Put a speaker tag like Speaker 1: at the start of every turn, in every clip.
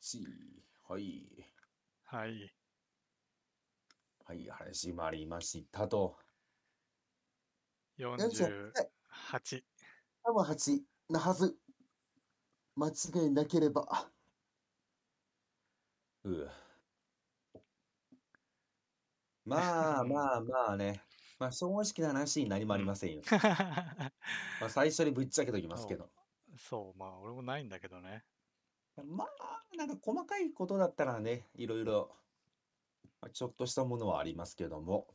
Speaker 1: 1はい
Speaker 2: はい。
Speaker 1: はい始まりましたと
Speaker 2: 48。
Speaker 1: 多分8なはず間違いなければううまあまあまあねまあ正直な話に何もありませ んよ、まあ、最初にぶっちゃけときますけど
Speaker 2: そう、まあ俺もないんだけどね。
Speaker 1: まあなんか細かいことだったらねいろいろまあちょっとしたものはありますけども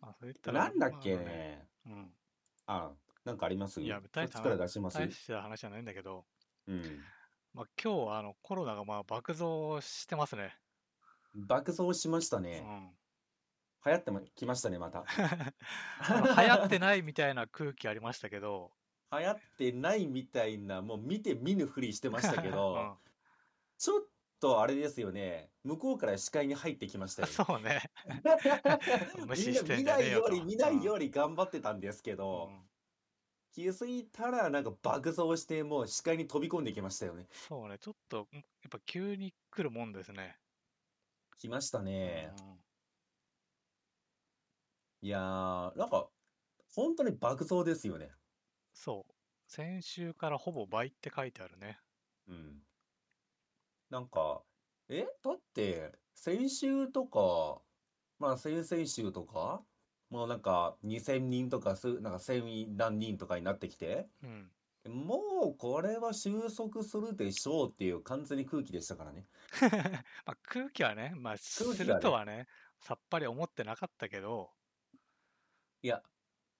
Speaker 2: まあ、そういったら
Speaker 1: なんだっけ
Speaker 2: まあ
Speaker 1: ね
Speaker 2: うん。
Speaker 1: あ、なんかあります
Speaker 2: いや
Speaker 1: こ
Speaker 2: 大
Speaker 1: っ
Speaker 2: した
Speaker 1: ちから出します
Speaker 2: 大した話じゃないんだけど、
Speaker 1: うん。
Speaker 2: まあ今日はあのコロナがまあ爆増してますね。
Speaker 1: 爆増しました
Speaker 2: う
Speaker 1: ね。
Speaker 2: ん。
Speaker 1: 流行ってもきましたね、ま た。
Speaker 2: あの流行ってないみたいな空気ありましたけど。
Speaker 1: 流行ってないみたいな、もう見て見ぬふりしてましたけ
Speaker 2: うん
Speaker 1: ど、ちょっとあれですよね、向こうから視界に入ってきましたよね。
Speaker 2: そうね。無視して
Speaker 1: み
Speaker 2: ん
Speaker 1: ん
Speaker 2: じゃ
Speaker 1: な
Speaker 2: ね
Speaker 1: 見ない
Speaker 2: えよ
Speaker 1: よ
Speaker 2: と
Speaker 1: り見ないより頑張ってたんですけ
Speaker 2: う
Speaker 1: ど、
Speaker 2: ん
Speaker 1: 気づいたらなんか爆増してもう視界に飛び込んできましたよね。
Speaker 2: そうね、ちょっとやっぱ急に来るもんですね。
Speaker 1: 来ましたね。
Speaker 2: うん
Speaker 1: いやー、なんか本当に爆増ですよね。
Speaker 2: そう。先週からほぼ倍って書いてあるね。
Speaker 1: うん。なんか、え、だって、先週とか、まあ先々週とか、もうなんか2000人とかす、なんか1000何人とかになってきて、
Speaker 2: うん。
Speaker 1: もうこれは収束するでしょうっていう完全に空気でしたからね。
Speaker 2: まあ、空気はね、まあ、す
Speaker 1: 気
Speaker 2: る
Speaker 1: はね
Speaker 2: とはね、さっぱり思ってなかったけど、
Speaker 1: いや、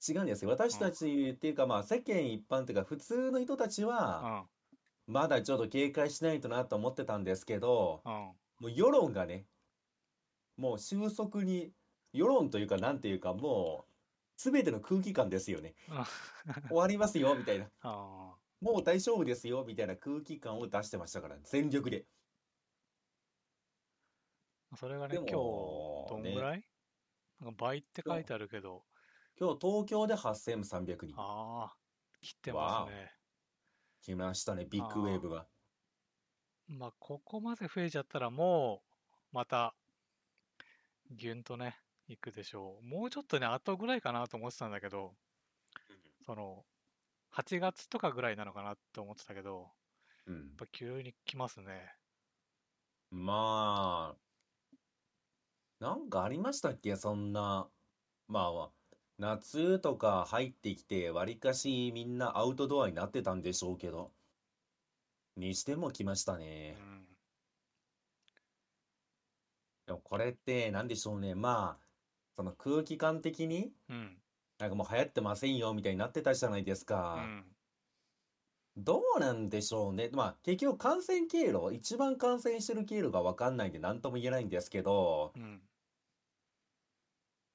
Speaker 1: 違うんですよ。私たちっていうかまあ世間一般っていうか普通の人たち
Speaker 2: う
Speaker 1: は、
Speaker 2: ん、
Speaker 1: まだちょっと警戒しないとなと思ってたんですけど、
Speaker 2: うん、
Speaker 1: もう世論がね、もう収束に、世論というか、なんていうか、もう、すべての空気感ですよね。
Speaker 2: うん
Speaker 1: 終わりますよ、みたいな。
Speaker 2: あー
Speaker 1: もう大丈夫ですよ、みたいな空気感を出してましたから、全力で。
Speaker 2: それがね、
Speaker 1: で
Speaker 2: 今日、ど
Speaker 1: も
Speaker 2: ん
Speaker 1: ね
Speaker 2: ぐらいなんか倍って書いてあるけど、
Speaker 1: 今日東京で8300人
Speaker 2: ああ、来てますね。
Speaker 1: 来ましたね、ビッグウェーブが。
Speaker 2: まあ、ここまで増えちゃったら、もう、また、ぎゅんとね、行くでしょう。もうちょっとね、後ぐらいかなと思ってたんだけど、その、8月とかぐらいなのかなって思ってたけど、やっ
Speaker 1: うん。
Speaker 2: ぱ急に来ますね。
Speaker 1: まあ、なんかありましたっけ、そんな。まあ、夏とか入ってきて、わりかしみんなアウトドアになってたんでしょうけど。にしても来ました
Speaker 2: う
Speaker 1: ね。
Speaker 2: ん。
Speaker 1: でもこれって何でしょうね。まあ、その空気感的に、
Speaker 2: うん。
Speaker 1: なんかもう流行ってませんよ、みたいになってたじゃないです
Speaker 2: う
Speaker 1: か。
Speaker 2: ん。
Speaker 1: どうなんでしょうね。まあ、結局感染経路、一番感染してる経路がわかんないんで何とも言えないんですけど、
Speaker 2: うん。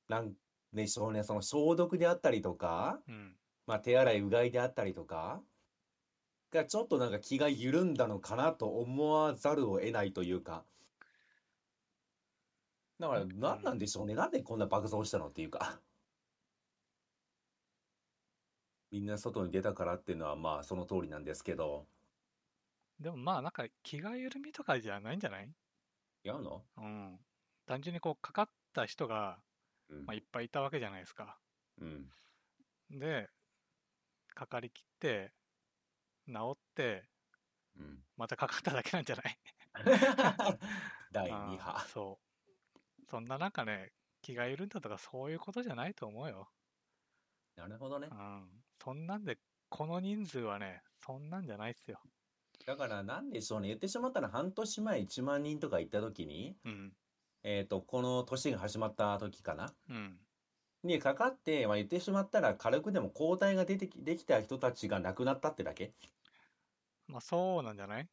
Speaker 1: なんでしょうね、その消毒であったりとか、
Speaker 2: うん。
Speaker 1: まあ、手洗い、うがいであったりとか、がちょっとなんか気が緩んだのかなと思わざるを得ないというか。だから、なんなんでしょうね。なんでこんな爆走したのっていうか。 みんな外に出たからっていうのは、まあ、その通りなんですけど。
Speaker 2: でもまあなんか気が緩みとかじゃないんじゃない
Speaker 1: 違うの
Speaker 2: うん。単純にこうかかった人が、
Speaker 1: うん
Speaker 2: まあ、いっぱいいたわけじゃないですか。
Speaker 1: うん。
Speaker 2: で、かかりきって、治って、
Speaker 1: うん。
Speaker 2: またかかっただけなんじゃない
Speaker 1: 第
Speaker 2: うん
Speaker 1: 2波。
Speaker 2: そう。そんななんかね、気が緩んだとかそういうことじゃないと思うよ。
Speaker 1: なるほどね
Speaker 2: う。ん。そんなんで、この人数はね、そんなんじゃないっすよ。
Speaker 1: だから、なんでしょうね。言ってしまったら、半年前1万人とか行った時に、
Speaker 2: うん。
Speaker 1: えっと、この年が始まった時かな。
Speaker 2: うん。
Speaker 1: にかかって、まあ、言ってしまったら軽くでも抗体が出てき、できた人たちが亡くなったってだけ。
Speaker 2: まあそうなんじゃない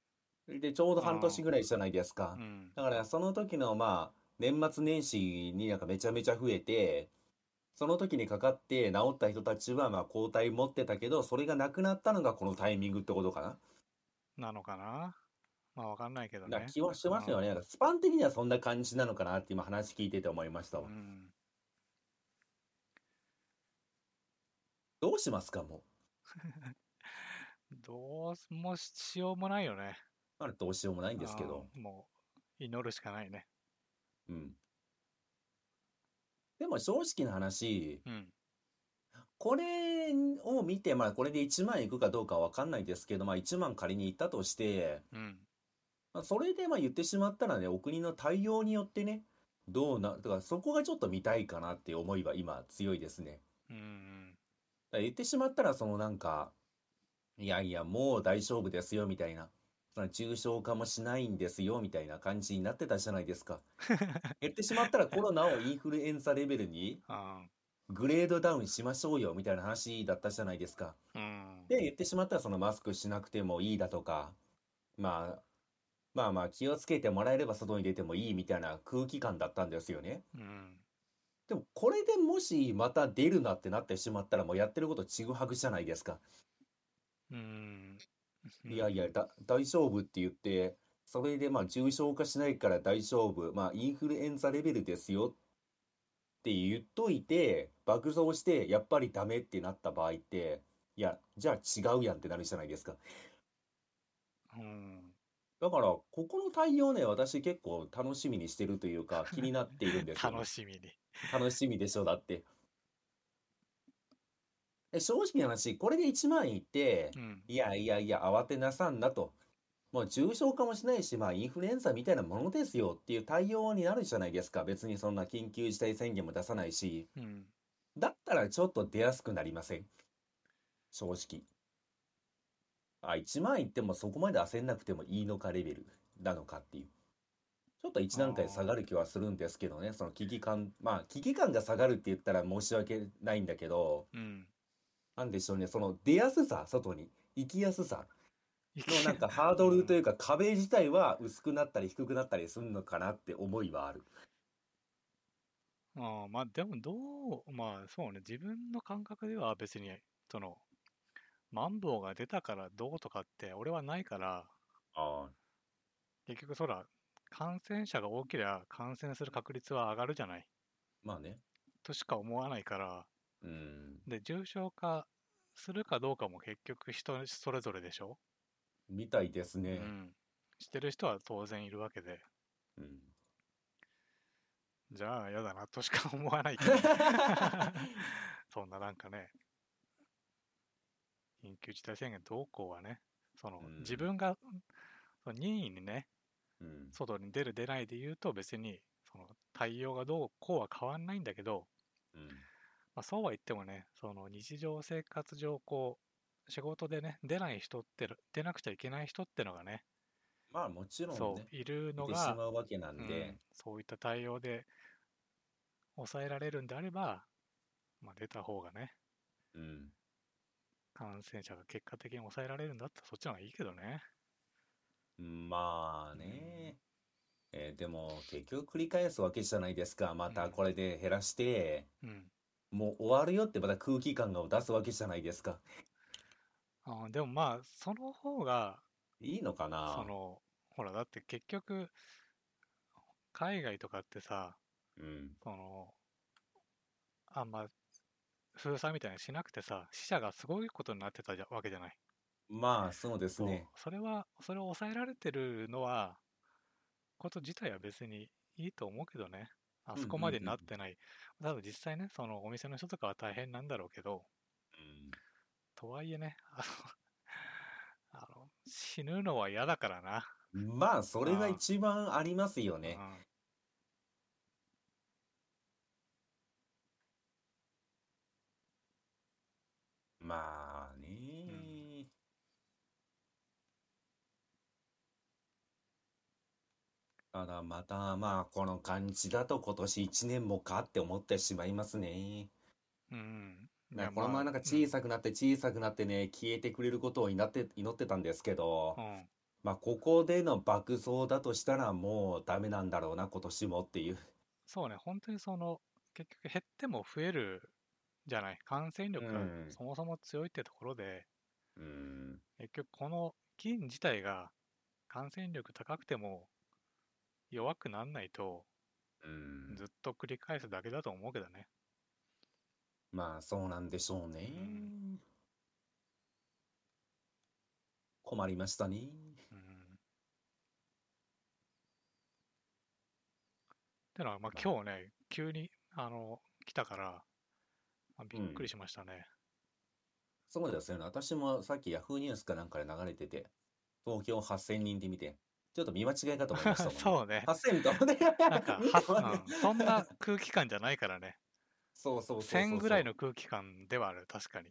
Speaker 1: で、ちょうど半年ぐらいじゃないです
Speaker 2: う
Speaker 1: か。
Speaker 2: ん。
Speaker 1: だからその時のまあ、年末年始になんかめちゃめちゃ増えて、その時にかかって治った人たちはまあ抗体持ってたけど、それがなくなったのがこのタイミングってことかな。
Speaker 2: なのかなまあわかんないけど
Speaker 1: だか
Speaker 2: ね
Speaker 1: ら。気はしてますよね。だからスパン的にはそんな感じなのかなって今話聞いてて思いました
Speaker 2: う
Speaker 1: わ。
Speaker 2: ん。
Speaker 1: どうしますか、もう。
Speaker 2: どうもしようもないよね。
Speaker 1: まあ、どうしようもないんですけど。
Speaker 2: あーもう、祈るしかないね。
Speaker 1: うん。でも正直な話、
Speaker 2: うん。
Speaker 1: これを見て、まあこれで1万いくかどうかはわかんないですけど、まあ1万仮に行ったとして、
Speaker 2: うん。
Speaker 1: まあ、それでまあ言ってしまったらね、お国の対応によってね、どうな、だからそこがちょっと見たいかなっていう思いは今強いですね。
Speaker 2: うんうん。
Speaker 1: だから言ってしまったらそのなんか、いやいやもう大丈夫ですよみたいな、その重症化もしないんですよみたいな感じになってたじゃないですか。言ってしまったらコロナをインフルエンザレベルに
Speaker 2: あ
Speaker 1: グレードダウンしましょうよみたいな話だったじゃないですか。
Speaker 2: ーうん。
Speaker 1: で、言ってしまったらそのマスクしなくてもいいだとか、まあ、まあまあ気をつけてもらえれば外に出てもいいみたいな空気感だったんですよね。
Speaker 2: うん。
Speaker 1: でもこれでもしまた出るなってなってしまったらもうやってることちぐはぐじゃないですか。
Speaker 2: うん。
Speaker 1: いやいや、だ、大丈夫って言って、それでまあ重症化しないから大丈夫、まあインフルエンザレベルですよって言っといて、爆増してやっぱりダメってなった場合って、いや、じゃあ違うやんってなるじゃないですか。
Speaker 2: うん。うん。
Speaker 1: だから、ここの対応ね、私結構楽しみにしてるという か、気になっているんですよね
Speaker 2: 楽しみに。
Speaker 1: 楽しみでしょ、だって。え正直な話、これで1万いって
Speaker 2: う、ん。
Speaker 1: いやいやいや、慌てなさんなと。もう重症化もしないし、まあインフルエンザみたいなものですよっていう対応になるじゃないですか。別にそんな緊急事態宣言も出さないし。
Speaker 2: うん。
Speaker 1: だったらちょっと出やすくなりません。正直。あ、1万いってもそこまで焦んなくてもいいのかレベルなのかっていう。ちょっと一段階下がる気はするんですけどね。その危機感、まあ危機感が下がるって言ったら申し訳ないんだけど、
Speaker 2: うん。
Speaker 1: なんでしょうね。その出やすさ、外に。行きやすさ。
Speaker 2: いけ
Speaker 1: のなんかハードルというか壁自体は薄くなったり低くなったりするのかなって思いはある。
Speaker 2: ああまあでもどうまあそうね自分の感覚では別にそのマンボウが出たからどうとかって俺はないから
Speaker 1: あ
Speaker 2: 結局そら感染者が多ければ感染する確率は上がるじゃない
Speaker 1: まあね。
Speaker 2: としか思わないから
Speaker 1: うん。
Speaker 2: で重症化するかどうかも結局人それぞれでしょ、
Speaker 1: みたいですね
Speaker 2: う。んしてる人は当然いるわけで
Speaker 1: うん。
Speaker 2: じゃあやだなとしか 思わない けどそんななんかね、緊急事態宣言どうこうはね、その
Speaker 1: うん
Speaker 2: 自分がその任意にね、
Speaker 1: うん。
Speaker 2: 外に出る出ないで言うと別にその対応がどうこうは変わんないんだけど、
Speaker 1: うん。
Speaker 2: まあ、そうは言ってもね、その日常生活上こう、仕事でね、出ない人って、出なくちゃいけない人ってのがね、
Speaker 1: まあもちろん
Speaker 2: そ
Speaker 1: ね。
Speaker 2: う、いる
Speaker 1: 見
Speaker 2: の
Speaker 1: てし
Speaker 2: が、
Speaker 1: まうわけなん
Speaker 2: う
Speaker 1: で
Speaker 2: ん、そういった対応で抑えられるんであれば、まあ、出た方がね、
Speaker 1: うん。
Speaker 2: 感染者が結果的に抑えられるんだったらそっちの方がいいけどね。
Speaker 1: まあね。えーでも結局繰り返すわけじゃないですか。またこれで減らして、
Speaker 2: うん。
Speaker 1: もう終わるよってまた空気感を出すわけじゃないですか。
Speaker 2: あーでもまあ、その方が、
Speaker 1: いいのかな
Speaker 2: その、ほら、だって結局、海外とかってさ、
Speaker 1: うん。
Speaker 2: その、あんま封鎖みたいにしなくてさ、死者がすごいことになってたじゃわけじゃない。
Speaker 1: まあそうですね。
Speaker 2: それは、それを抑えられてるのは、こと自体は別にいいと思うけどね。あそこまでになってない。多分実際ね、そのお店の人とかは大変なんだろうけど、
Speaker 1: うん
Speaker 2: とはいえね、あの、あの死ぬのは嫌だからな。
Speaker 1: まあ、それが一番ありますよね。まあね。ただまた、まあ、この感じだと今年1年もかって思ってしまいますね。
Speaker 2: うん。うん。い
Speaker 1: なん
Speaker 2: や
Speaker 1: かこのままなんか小さくなって小さくなってね、消えてくれることを祈って、祈ってたんですけど
Speaker 2: う、ん。
Speaker 1: まあ、ここでの爆走だとしたらもうダメなんだろうな、今年もっていう。
Speaker 2: そうね、本当にその、結局減っても増えるじゃない。感染力が
Speaker 1: うん
Speaker 2: そもそも強いってところで、
Speaker 1: うん。
Speaker 2: 結局この菌自体が感染力高くても弱くなんないと、
Speaker 1: うん。
Speaker 2: ずっと繰り返すだけだと思うけどね。
Speaker 1: まあそうなんでしょうね
Speaker 2: う。
Speaker 1: 困りましたね。
Speaker 2: うん。てのは、まあ、今日ね、急にあの来たから、まあ、びっくりしましたね。
Speaker 1: そうですよね。私もさっきヤフーニュースかなんかで流れてて、東京8000人って見て、ちょっと見間違いかと思いましたもんね。
Speaker 2: そうね。
Speaker 1: 8000と思って
Speaker 2: なんか、
Speaker 1: 見てもね
Speaker 2: はうんそんな空気感じゃないからね。
Speaker 1: そうそうそうそうそう
Speaker 2: 1000ぐらいの空気感ではある、確かに。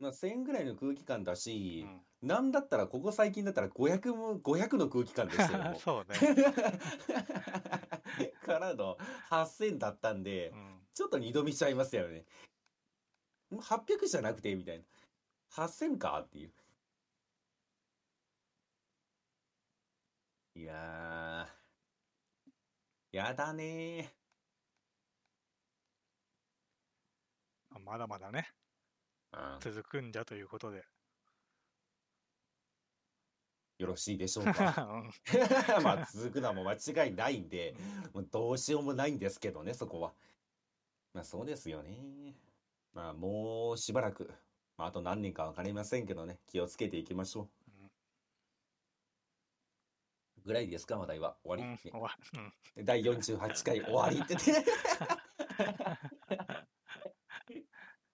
Speaker 1: まあ、1000ぐらいの空気感だし
Speaker 2: う、ん
Speaker 1: なんだったらここ最近だったら500も500の空気感でしたよもう
Speaker 2: そうね。
Speaker 1: からの8000だったんで
Speaker 2: う、ん
Speaker 1: ちょっと二度見しちゃいましたよね。ん800じゃなくてみたいな。8000かっていう。いやー。やだね
Speaker 2: まだまだね、
Speaker 1: ー。
Speaker 2: 続くんじゃということで。
Speaker 1: よろしいでしょう
Speaker 2: う
Speaker 1: か。
Speaker 2: ん
Speaker 1: まあ続くのはもう間違いないんで、もうどうしようもないんですけどね、そこは。まあそうですよね。まあもうしばらく、まああと何年かわかりませんけどね、気をつけていきましょ
Speaker 2: うん
Speaker 1: う。ぐらいですか、話題は。終
Speaker 2: う
Speaker 1: わ
Speaker 2: ん
Speaker 1: り。
Speaker 2: 終わうん
Speaker 1: 第48回終わりって ね。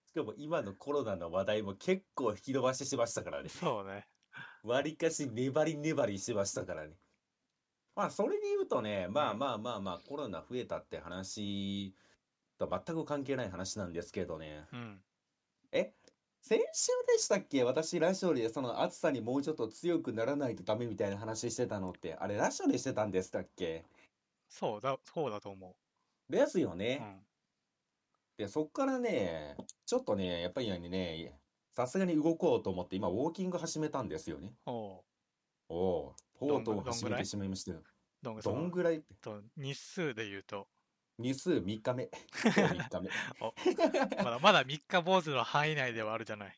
Speaker 1: しかも今のコロナの話題も結構引き伸ばししましたからね。
Speaker 2: そうね。
Speaker 1: わりかし粘り粘りしましたからね。まあそれで言うとね、まあ
Speaker 2: うん
Speaker 1: まあまあまあコロナ増えたって話とは全く関係ない話なんですけどね。
Speaker 2: うん。
Speaker 1: 先週でしたっけ私ラジオでその暑さにもうちょっと強くならないとダメみたいな話してたのって、あれラジオでしてたんでしたっけ
Speaker 2: そうだ、そうだと思
Speaker 1: ですよ
Speaker 2: う。う
Speaker 1: ね。
Speaker 2: ん。
Speaker 1: で、そっからね、ちょっとね、やっぱりね、さすがに動こうと思って今ウォーキング始めたんですよね。
Speaker 2: おう
Speaker 1: おおう、とうと
Speaker 2: どん
Speaker 1: う
Speaker 2: ぐどん
Speaker 1: 始
Speaker 2: ぐ
Speaker 1: め
Speaker 2: らい
Speaker 1: てしまいましたよ。
Speaker 2: どんぐ
Speaker 1: どんぐらいって。
Speaker 2: そのと日数で言うと、
Speaker 1: 日数3日目。今日3日
Speaker 2: お
Speaker 1: 目。
Speaker 2: まだ まだ3日坊主の範囲内ではあるじゃない。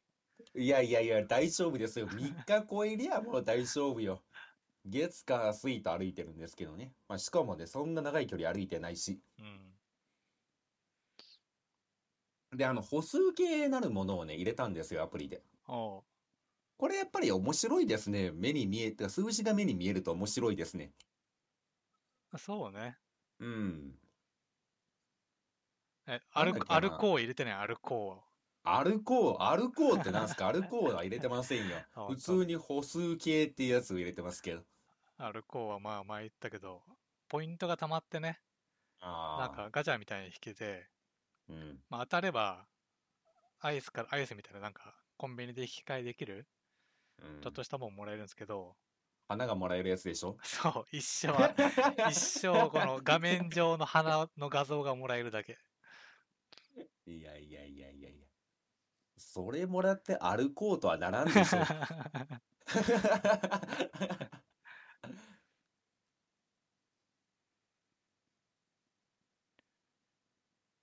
Speaker 1: いやいやいや、大丈夫ですよ。3日超えりゃもう大丈夫よ。月火水と歩いてるんですけどね。まあ、しかもね、そんな長い距離歩いてないし。
Speaker 2: うん。
Speaker 1: で、あの、歩数計なるものをね、入れたんですよ、アプリで。
Speaker 2: おう
Speaker 1: これやっぱり面白いですね。目に見えて、数字が目に見えると面白いですね。
Speaker 2: そうね。
Speaker 1: うん。
Speaker 2: え、
Speaker 1: なんだ
Speaker 2: 歩
Speaker 1: っ
Speaker 2: く、
Speaker 1: けな
Speaker 2: 歩こう入れてない、歩こ
Speaker 1: 歩こう、歩こうってなんす か歩こうは入れてませんよ
Speaker 2: あ。本
Speaker 1: 普
Speaker 2: 当
Speaker 1: 通に歩数計っていうやつを入れてますけど。
Speaker 2: う。歩こうはまあ前言ったけど、ポイントが溜まってね、な
Speaker 1: あ
Speaker 2: ん
Speaker 1: あ。
Speaker 2: かガチャみたいに引けて、
Speaker 1: うん。
Speaker 2: まあ当たれば、アイスから、アイスみたいななんか、コンビニで引き換えできる、
Speaker 1: うん
Speaker 2: ちょっとしたもんもらえるんですけど、
Speaker 1: 花がもらえるやつでしょ
Speaker 2: そう、一生は、一生この画面上の花の画像がもらえるだけ。
Speaker 1: いやいやいやいやいや。それもらって歩こう とはならんでしょ。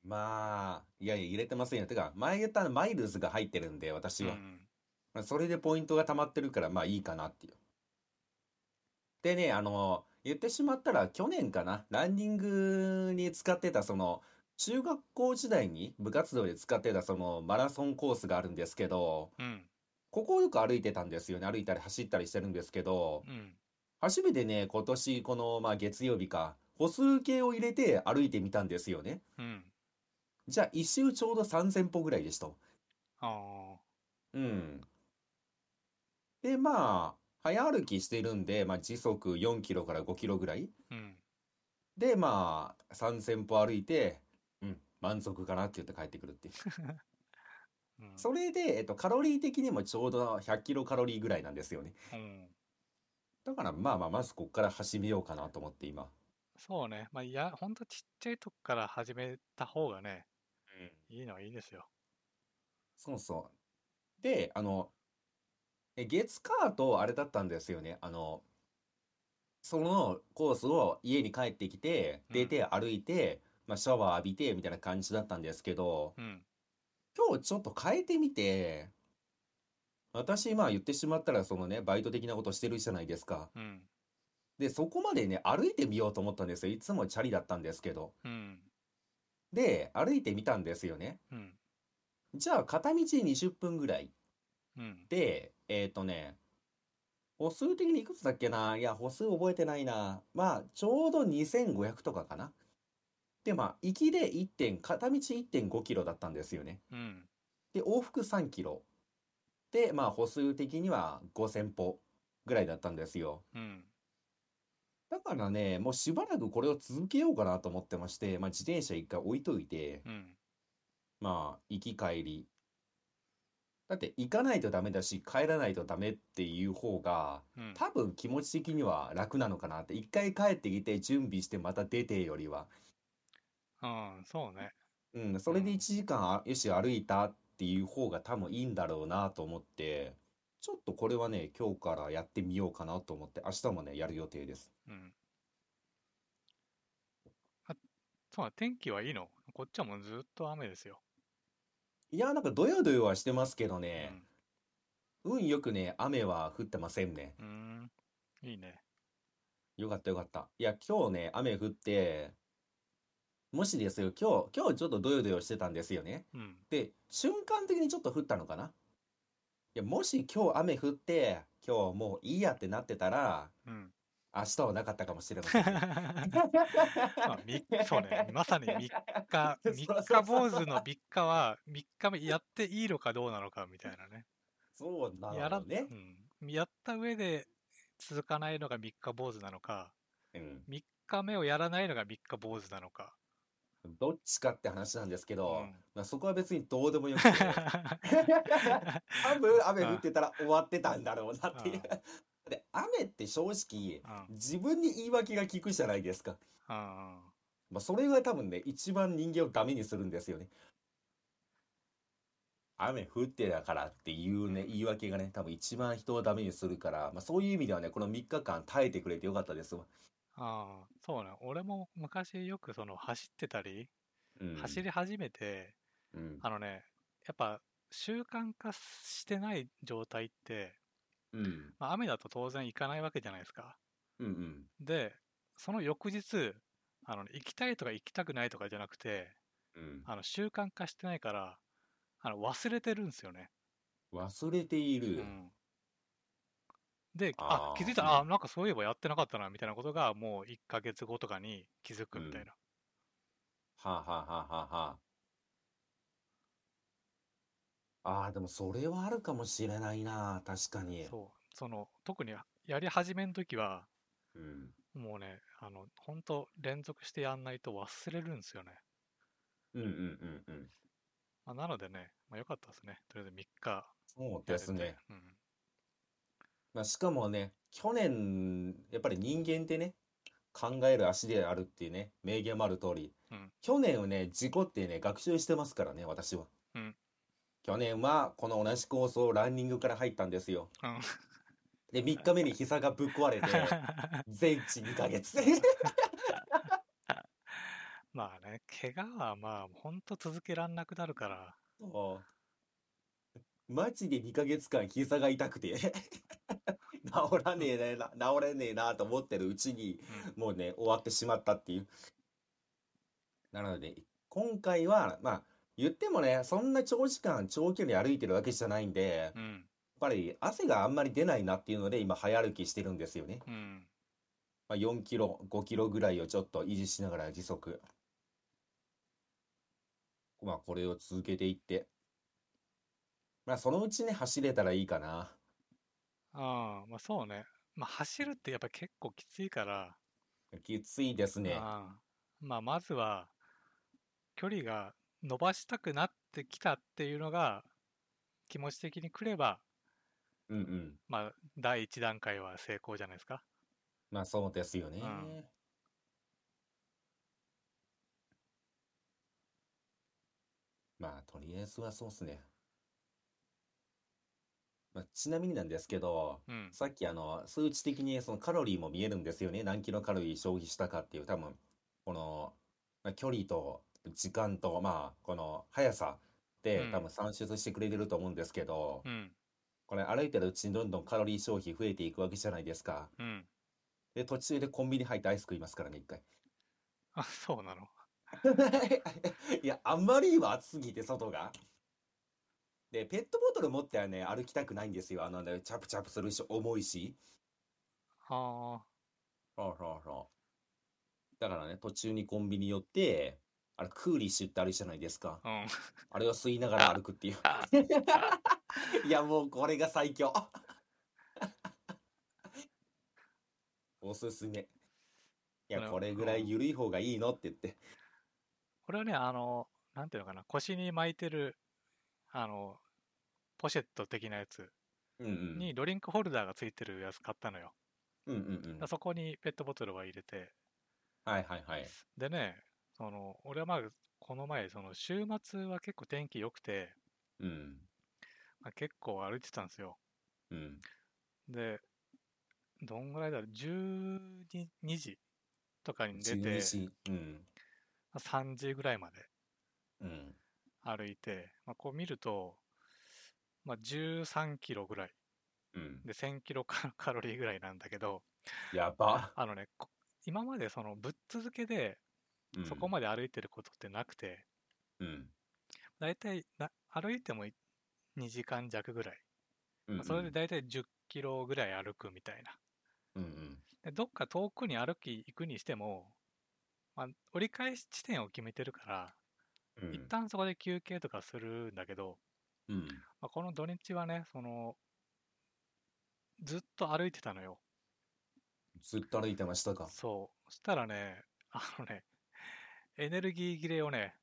Speaker 1: まあ、いやいや、入れてませんよ。てか、前言ったマイルズが入ってるんで、私
Speaker 2: う
Speaker 1: は。
Speaker 2: ん。
Speaker 1: まあそれでポイントが溜まってるから、まあいいかなっていう。でね、あの、言ってしまったら、去年かな、ランニングに使ってた、その、中学校時代に部活動で使ってた、その、マラソンコースがあるんですけど、
Speaker 2: うん。
Speaker 1: ここをよく歩いてたんですよね。歩いたり走ったりしてるんですけど、
Speaker 2: うん。
Speaker 1: 初めてね、今年、この、まあ月曜日か、歩数計を入れて歩いてみたんですよね。
Speaker 2: うん。
Speaker 1: じゃあ、一周ちょうど3000歩ぐらいでした。
Speaker 2: あ
Speaker 1: うん。で、まあ、早歩きしてるんで、まあ、時速4キロから5キロぐらい。
Speaker 2: あ。うん。
Speaker 1: で、まあ、3000歩歩いて、うん、満足かなって言って帰ってくるって いう。
Speaker 2: うん
Speaker 1: それで、えっと、カロリー的にもちょうど100キロカロリーぐらいなんですよね。
Speaker 2: うん。
Speaker 1: だから、まあまあ、まずこっから始めようかなと思って、今。
Speaker 2: そうね。まあ、いや、ほんとちっちゃいとこから始めた方がね、
Speaker 1: うん。
Speaker 2: いいのはいいですよ。
Speaker 1: そうそう。で、あの、え月火とあれだったんですよね。あの、そのコースを家に帰ってきて、
Speaker 2: うん
Speaker 1: 出て歩いて、まあ、シャワー浴びてみたいな感じだったんですけど、
Speaker 2: うん。
Speaker 1: 今日ちょっと変えてみて、私、まあ言ってしまったら、そのね、バイト的なことしてるじゃないですか。
Speaker 2: うん。
Speaker 1: で、そこまでね、歩いてみようと思ったんですよ。いつもチャリだったんですけど。
Speaker 2: うん。
Speaker 1: で、歩いてみたんですよね。
Speaker 2: うん。
Speaker 1: じゃあ、片道20分ぐらい。
Speaker 2: うん。
Speaker 1: で、えっとね、歩数的にいくつだっけないや、歩数覚えてないな。まあ、ちょうど2500とかかな。で、まあ、行きで1点、片道1.5キロだったんですよね。
Speaker 2: うん。
Speaker 1: で、往復3キロ。で、まあ、歩数的には5000歩ぐらいだったんですよ。
Speaker 2: うん。
Speaker 1: だからね、もうしばらくこれを続けようかなと思ってまして、まあ、自転車一回置いといて、
Speaker 2: うん。
Speaker 1: まあ、行き帰り。だって、行かないとダメだし、帰らないとダメっていう方が、
Speaker 2: うん。
Speaker 1: 多分気持ち的には楽なのかなって。一回帰ってきて、準備してまた出てよりは。
Speaker 2: うん。そうね。
Speaker 1: うん、それで1時間、あよし、歩いたっていう方が多分いいんだろうなと思って、ちょっとこれはね、今日からやってみようかなと思って、明日もね、やる予定です。
Speaker 2: うん。あ、そうだ、天気はいいのこっちはもうずっと雨ですよ。
Speaker 1: いや、なんかドヨドヨはしてますけど
Speaker 2: う
Speaker 1: ね、
Speaker 2: ん。
Speaker 1: 運よくね、雨は降ってませんね。
Speaker 2: うーん。いいね。
Speaker 1: よかったよかった。いや、今日ね、雨降って、もしですよ、今日、今日ちょっとドヨドヨしてたんですよね。
Speaker 2: うん。
Speaker 1: で、瞬間的にちょっと降ったのかないや、もし今日雨降って、今日もういいやってなってたら、
Speaker 2: うん。
Speaker 1: 明日はなかったかもしれませんね。
Speaker 2: まあ、みそうね。ま さに3日、
Speaker 1: そうそう
Speaker 2: 三日
Speaker 1: そう
Speaker 2: 坊主の3日は、3日目やっていいのかどうなのかみたいなね。
Speaker 1: そうな
Speaker 2: やら、
Speaker 1: のね
Speaker 2: う。ん。やった上で続かないのが3日坊主なのか、
Speaker 1: うん。
Speaker 2: 3日目をやらないのが3日坊主なのか。
Speaker 1: どっちかって話なんですけ
Speaker 2: う
Speaker 1: ど、
Speaker 2: ん。
Speaker 1: まあ、そこは別にどうでもよくて、多分雨降ってたら終わってたんだろうなっていう。で、雨って正直、
Speaker 2: うん
Speaker 1: 自分に言い訳が効くじゃないですか。
Speaker 2: うんうん
Speaker 1: まあ、それが多分ね、一番人間をダメにするんですよね。雨降ってだからっていうね、言い訳がね、多分一番人をダメにするから、まあ、そういう意味ではね、この3日間耐えてくれてよかったですわ。
Speaker 2: ああ、そうね。俺も昔よくその走ってたり、
Speaker 1: うん
Speaker 2: 走り始めて、
Speaker 1: うん
Speaker 2: あのね、やっぱ習慣化してない状態って、
Speaker 1: うん
Speaker 2: まあ、雨だと当然行かないわけじゃないですか。
Speaker 1: うんうん
Speaker 2: で、その翌日、あのね、行きたいとか行きたくないとかじゃなくて、
Speaker 1: うん
Speaker 2: あの習慣化してないから、あの忘れてるんですよね。
Speaker 1: 忘れていうる。
Speaker 2: ん。で、あ
Speaker 1: あ、ー
Speaker 2: 気づいた
Speaker 1: う
Speaker 2: ら、あ、
Speaker 1: ん
Speaker 2: なんかそういえばやってなかったな、みたいなことが、もう1ヶ月後とかに気づくみたいな。
Speaker 1: はあ、はあはあはあはあ。ああ、でもそれはあるかもしれないな。確かに。
Speaker 2: そう、その、特にやり始めの時は、
Speaker 1: うん。
Speaker 2: もうね、あの、本当連続してやんないと忘れるんですよね。
Speaker 1: うんうんうんうん。
Speaker 2: まあ、なのでね、まあ、よかったですね。とりあえず3日
Speaker 1: そう
Speaker 2: や
Speaker 1: で
Speaker 2: れて。
Speaker 1: すね。
Speaker 2: うん。
Speaker 1: まあ、しかもね、去年、やっぱり人間ってね、考える足であるっていうね、名言もある通り
Speaker 2: うん、
Speaker 1: 去年をね、事故ってね、学習してますからね、私は
Speaker 2: うん。
Speaker 1: 去年は、この同じコースをランニングから入ったんですよ。
Speaker 2: うん
Speaker 1: で、3日目に膝がぶっ壊 れて、全治2ヶ月。
Speaker 2: まあね、怪我はまあ、本当続けらんなくなるから、
Speaker 1: そうマジで2ヶ月間膝が痛くて 治らねえな、治れねえなと思ってるうちに、
Speaker 2: うん
Speaker 1: もうね、終わってしまったっていう。なので、今回は、まあ、言ってもね、そんな長時間、長距離歩いてるわけじゃないんで、やっ
Speaker 2: うん、
Speaker 1: ぱり汗があんまり出ないなっていうので、今、早歩きしてるんですよね。
Speaker 2: うん、
Speaker 1: まあ、4キロ、5キロぐらいをちょっと維持しながら時速。まあ、これを続けていって。まあ、そのうちね、走れたらいいかな。
Speaker 2: ああ、まあそうね。まあ走るってやっぱ結構きついから、
Speaker 1: きついですね。
Speaker 2: ああまあまずは、距離が伸ばしたくなってきたっていうのが、気持ち的にくれば、
Speaker 1: うんうん。
Speaker 2: まあ第一段階は成功じゃないですか。
Speaker 1: まあ、そうですよね。
Speaker 2: ん
Speaker 1: まあ、とりあえずはそうっすね。まあ、ちなみになんですけど、
Speaker 2: うん、
Speaker 1: さっきあの、数値的にそのカロリーも見えるんですよね。何キロカロリー消費したかっていう、多分、この、まあ、距離と時間と、まあ、この速さで
Speaker 2: うん
Speaker 1: 多分算出してくれてると思うんですけど、
Speaker 2: うん、
Speaker 1: これ歩いてるうちにどんどんカロリー消費増えていくわけじゃないですか。
Speaker 2: うん。
Speaker 1: で、途中でコンビニ入ってアイス食いますからね、一回。
Speaker 2: あ、そうなの。
Speaker 1: いや、あんまりにも暑すぎて、外が。で、ペットボトル持ってはね、歩きたくないんですよ。あのね、チャプチャプするし、重いし。
Speaker 2: あ
Speaker 1: そうそうそう。だからね、途中にコンビニ寄って、あれ、クーリッシュってあるじゃないですか。
Speaker 2: あ、うん。
Speaker 1: あれを吸いながら歩くっていう。 いや、もうこれが最強。 おすすめ。いや、
Speaker 2: それ
Speaker 1: これぐらい緩い方がいいのって言って。
Speaker 2: これはね、あの、なんていうのかな、腰に巻いてる、あの、ポシェット的なやつ
Speaker 1: うんうん。
Speaker 2: にドリンクホルダーがついてるやつ買ったのよ。
Speaker 1: うんうんうん
Speaker 2: だから。そこにペットボトルは入れて、
Speaker 1: はいはいはい。
Speaker 2: でね、その、俺はまあ、この前、その週末は結構天気良くて、
Speaker 1: うん。
Speaker 2: まあ、結構歩いてたんですよ。
Speaker 1: うん。
Speaker 2: で、どんぐらいだろう、12 2時とかに出
Speaker 1: 12
Speaker 2: て、
Speaker 1: 時。うん。
Speaker 2: まあ3時ぐらいまで
Speaker 1: うん。
Speaker 2: 歩いて、まあ、こう見ると、まあ、13キロぐらい
Speaker 1: うん。
Speaker 2: で1000キロ カカロリーぐらいなんだけど
Speaker 1: やば。
Speaker 2: あのねこ今までそのぶっ続けで
Speaker 1: うん
Speaker 2: そこまで歩いてることってなくて、
Speaker 1: うん。
Speaker 2: 大体な歩いても2時間弱ぐらい、
Speaker 1: うん
Speaker 2: まあそれで大体10キロぐらい歩くみたいな
Speaker 1: うんうん。
Speaker 2: でどっか遠くに歩き行くにしても、まあ、折り返し地点を決めてるから、
Speaker 1: うん
Speaker 2: 一旦そこで休憩とかするんだけど、
Speaker 1: うん。
Speaker 2: まあ、この土日はねそのずっと歩いてたのよ
Speaker 1: ずっと歩いてましたか。
Speaker 2: そうそしたらねあのねエネルギー切れをね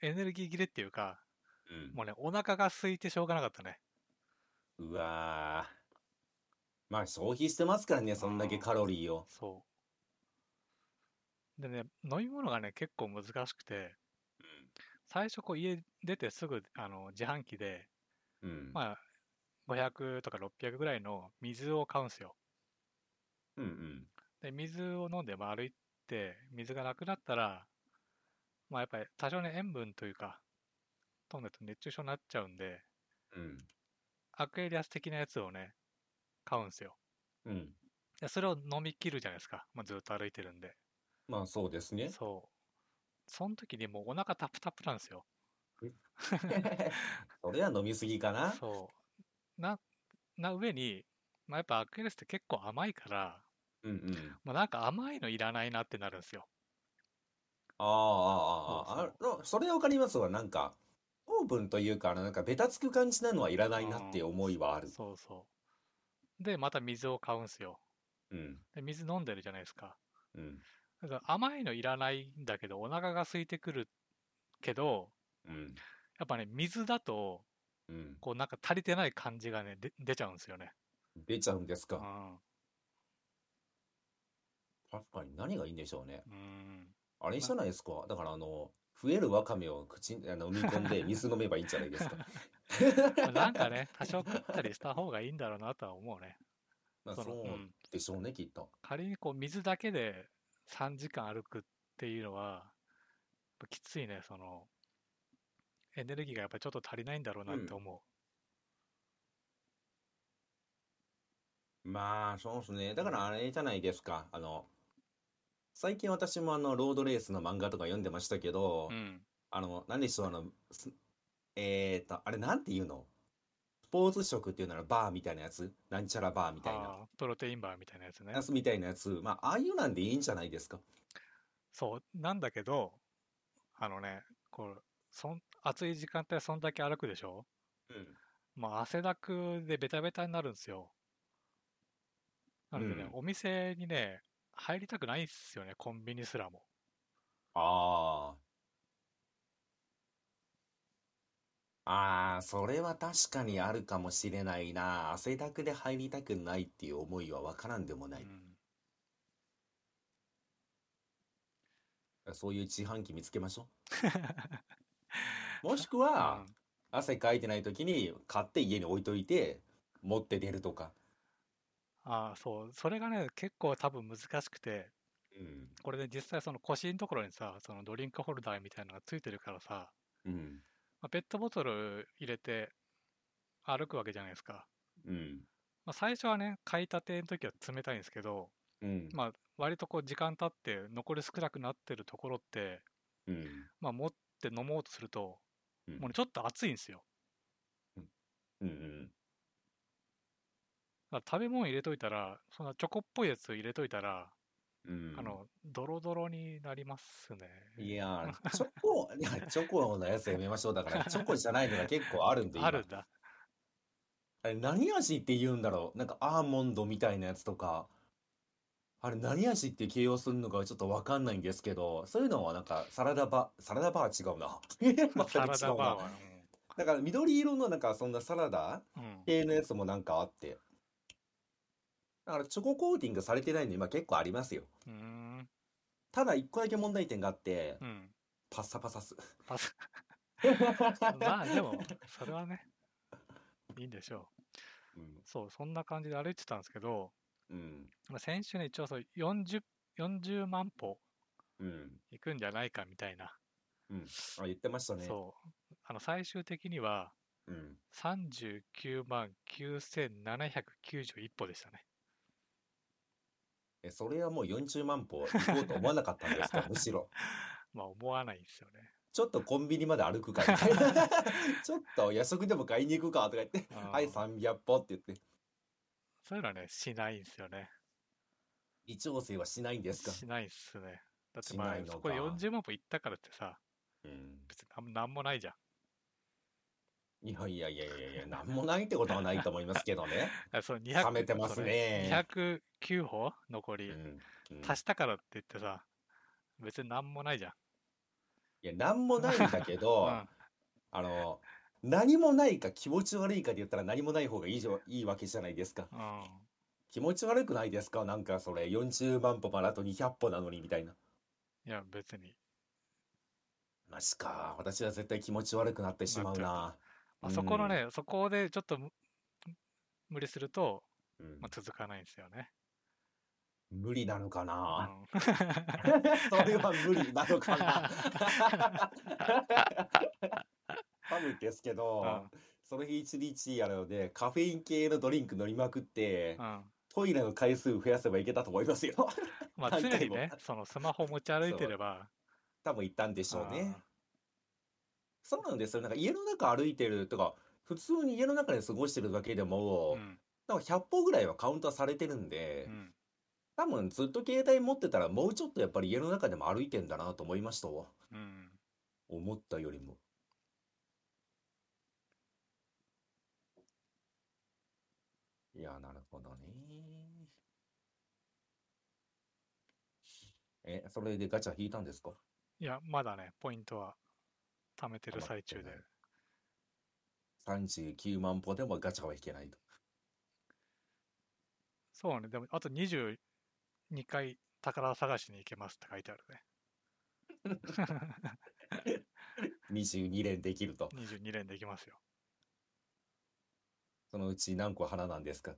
Speaker 2: エネルギー切れっていうか
Speaker 1: うん
Speaker 2: もうねお腹が空いてしょうがなかったね
Speaker 1: うわーまあ消費してますからね、そんだけカロリーを。
Speaker 2: そうでね飲み物がね結構難しくて最初こう家出てすぐあの自販機で
Speaker 1: うん。うん。
Speaker 2: まあ500とか600ぐらいの水を買うんすよ
Speaker 1: うんうん。
Speaker 2: で水を飲んでまあ歩いて水がなくなったらまあやっぱり多少ね塩分というか飛んでると熱中症になっちゃうんで
Speaker 1: うん。
Speaker 2: アクエリアス的なやつをね買うんすよ
Speaker 1: うん。
Speaker 2: でそれを飲み切るじゃないですか、まあ、ずっと歩いてるんで
Speaker 1: まあそうですね。
Speaker 2: そうその時にもうお腹タプタプなんですよ
Speaker 1: それは飲みすぎかな。
Speaker 2: そうなな上に、まあ、やっぱアクエリアスって結構甘いから、
Speaker 1: うんうん。
Speaker 2: まあ、なんか甘いのいらないなってなるんですよ
Speaker 1: ああああああ
Speaker 2: そう
Speaker 1: あそれわかりますわ。なんか、糖分というか、あのなんかベタつく感じなのはいらないなって思いはある。
Speaker 2: そうそうでまた水を買うんすよ
Speaker 1: うん。
Speaker 2: で水飲んでるじゃないですか
Speaker 1: うん。
Speaker 2: だから甘いのいらないんだけどお腹が空いてくるけど
Speaker 1: うん。
Speaker 2: やっぱね水だと
Speaker 1: うん。
Speaker 2: こうなんか足りてない感じがねで出ちゃうんですよね、
Speaker 1: 出ちゃうんです
Speaker 2: う
Speaker 1: か。
Speaker 2: ん、
Speaker 1: 確かに何がいいんでしょうね。
Speaker 2: うん
Speaker 1: あれじゃないですか。だからあの、増えるわかめを口に、あの、飲み込ん で水飲めばいいんじゃないですか。
Speaker 2: ま あなんかね多少食ったりした方がいいんだろうなとは思うね
Speaker 1: まあ
Speaker 2: その
Speaker 1: そう
Speaker 2: うん
Speaker 1: でしょうね、きっと。
Speaker 2: 仮にこう水だけで3時間歩くっていうのはやっぱきついねそのエネルギーがやっぱりちょっと足りないんだろうなって思
Speaker 1: まあ、そうですね。だからあれじゃないですか。あの、最近私もあの、ロードレースの漫画とか読んでましたけど
Speaker 2: う、うん、
Speaker 1: あの、何でしょう、あの、すえーと、あれなんて言うのスポーツ食っていうならバーみたいなやつなんちゃらバーみたいな。
Speaker 2: あープロテインバーみたいなやつね
Speaker 1: やつみたいなやつ。まあ、ああいうなんでいいんじゃないですか。
Speaker 2: そうなんだけどあのねこうそん暑い時間帯そんだけ歩くでしょ
Speaker 1: うん。
Speaker 2: まあ汗だくでベタベタになるんですよなのでね、
Speaker 1: うん
Speaker 2: お店にね入りたくないっすよねコンビニすらも
Speaker 1: ああ。ああ、それは確かにあるかもしれないな。汗だくで入りたくないっていう思いはわからんでも
Speaker 2: う
Speaker 1: ない。
Speaker 2: ん
Speaker 1: そういう自販機見つけましょ う。もしくは、汗かいてない時に買って家に置いといて、持って出るとか。
Speaker 2: ああそうそれがね結構多分難しくて
Speaker 1: うん。
Speaker 2: これで実際その腰のところにさそのドリンクホルダーみたいなのがついてるからさ、
Speaker 1: うん。
Speaker 2: まあ、ペットボトル入れて歩くわけじゃないですか、
Speaker 1: うん。
Speaker 2: まあ、最初はね買いたての時は冷たいんですけど、
Speaker 1: うん。
Speaker 2: まあ、割とこう時間経って残り少なくなってるところって、
Speaker 1: うん。
Speaker 2: まあ、持って飲もうとすると
Speaker 1: うん
Speaker 2: もうねちょっと熱いんですよ
Speaker 1: うんうん
Speaker 2: だから食べ物入れといたら、そんなチョコっぽいやつ入れといたら、
Speaker 1: うん
Speaker 2: あの、ドロドロになりますね。
Speaker 1: いやー、 チョコ、いや、チョコのやつやめましょう。だから、チョコじゃないのが結構あるんで、
Speaker 2: あ
Speaker 1: 今。
Speaker 2: るんだ。
Speaker 1: あれ、何味って言うんだろう。なんか、アーモンドみたいなやつとか、あれ、何味って形容するのかちょっとわかんないんですけど、そういうのはなんか、サラダバ、サラダバーは違うな。 ま
Speaker 2: サ
Speaker 1: た
Speaker 2: ラ
Speaker 1: 違
Speaker 2: ダ
Speaker 1: うな。
Speaker 2: バーは。
Speaker 1: だから、緑色のなんか、そんなサラダ
Speaker 2: うんうん。
Speaker 1: 系のやつもなんかあって。だから、チョココーティングされてないの今結構ありますよ。
Speaker 2: うーん。
Speaker 1: ただ、一個だけ問題点があって、
Speaker 2: うん。
Speaker 1: パッサパサす。
Speaker 2: まず まあでも、それはね、いいんでしょ う。
Speaker 1: うん
Speaker 2: そう、そんな感じで歩いてたんですけど、
Speaker 1: うん。
Speaker 2: まあ先週ね、一応そう40、40万歩
Speaker 1: うん。
Speaker 2: 行くんじゃないかみたいな、
Speaker 1: うん。あ、言ってましたね。
Speaker 2: そう、あの最終的には
Speaker 1: うん。
Speaker 2: 39万9791歩でしたね。
Speaker 1: え、それはもう40万歩行こうと思わなかったんです か、むしろ。
Speaker 2: まあ思わないんですよね。
Speaker 1: ちょっとコンビニまで歩くかみたい な。ちょっと夜食でも買いに行くかとか言って、
Speaker 2: あー
Speaker 1: はい、300歩って言って、
Speaker 2: そういうのはね、しないんですよね。
Speaker 1: 微調整はしないんですか。
Speaker 2: しないっすね。だって
Speaker 1: し
Speaker 2: まあ
Speaker 1: ないのか
Speaker 2: そこで40万歩行ったからってさ、
Speaker 1: うん。
Speaker 2: 別になんなんもないじゃん。
Speaker 1: いやいやいやいやいや、なんもないってことはないと思いますけどね。
Speaker 2: あそう200
Speaker 1: 冷めてますね
Speaker 2: そう209歩残
Speaker 1: う
Speaker 2: り、
Speaker 1: ん。うん
Speaker 2: 足したからって言ってさ、別になんもないじゃん。
Speaker 1: いや、なんもないんだけど、
Speaker 2: うん
Speaker 1: あの、何もないか気持ち悪いかで言ったら何もない方がいいじょいいわけじゃないですか。
Speaker 2: うん
Speaker 1: 気持ち悪くないですかなんかそれ40万歩からあと200歩なのにみたいな。
Speaker 2: いや、別に。
Speaker 1: マジか。私は絶対気持ち悪くなってしまうな。
Speaker 2: まあ、そこの
Speaker 1: うん
Speaker 2: ね、そこでちょっとむ無理すると、
Speaker 1: うん
Speaker 2: まあ、続かないんですよね。
Speaker 1: 無理なのかな。
Speaker 2: うん
Speaker 1: それは無理なのかな。 多分ですけど、その日一日あるので、カフェイン系のドリンク飲みまくって
Speaker 2: う、ん
Speaker 1: トイレの回数増やせばいけたと思いますよ。
Speaker 2: まあ、
Speaker 1: 何
Speaker 2: 常
Speaker 1: 回
Speaker 2: に
Speaker 1: も
Speaker 2: ね、そのスマホ持ち歩いてれば、
Speaker 1: 多分行ったんでしょうね
Speaker 2: あ。
Speaker 1: そうなんですよ。なんか家の中歩いてるとか、普通に家の中で過ごしてるだけで
Speaker 2: ー
Speaker 1: も
Speaker 2: う、ん、
Speaker 1: なんか100歩ぐらいはカウントはされてるんで
Speaker 2: う、ん。
Speaker 1: 多分ずっと携帯持ってたらもうちょっとやっぱり家の中でも歩いてんだなと思いましたわ。
Speaker 2: うん。
Speaker 1: 思ったよりも。いや、なるほどね。え、それでガチャ引いたんですか
Speaker 2: いや、まだね、ポイントは貯めてる最中で。
Speaker 1: ?39 万歩でもガチャは引けないと。
Speaker 2: そうね、でも、あと22回宝探しに行けますって書いてあるね。
Speaker 1: 22連できると。
Speaker 2: 22連できますよ。
Speaker 1: そのうち何個花なんですか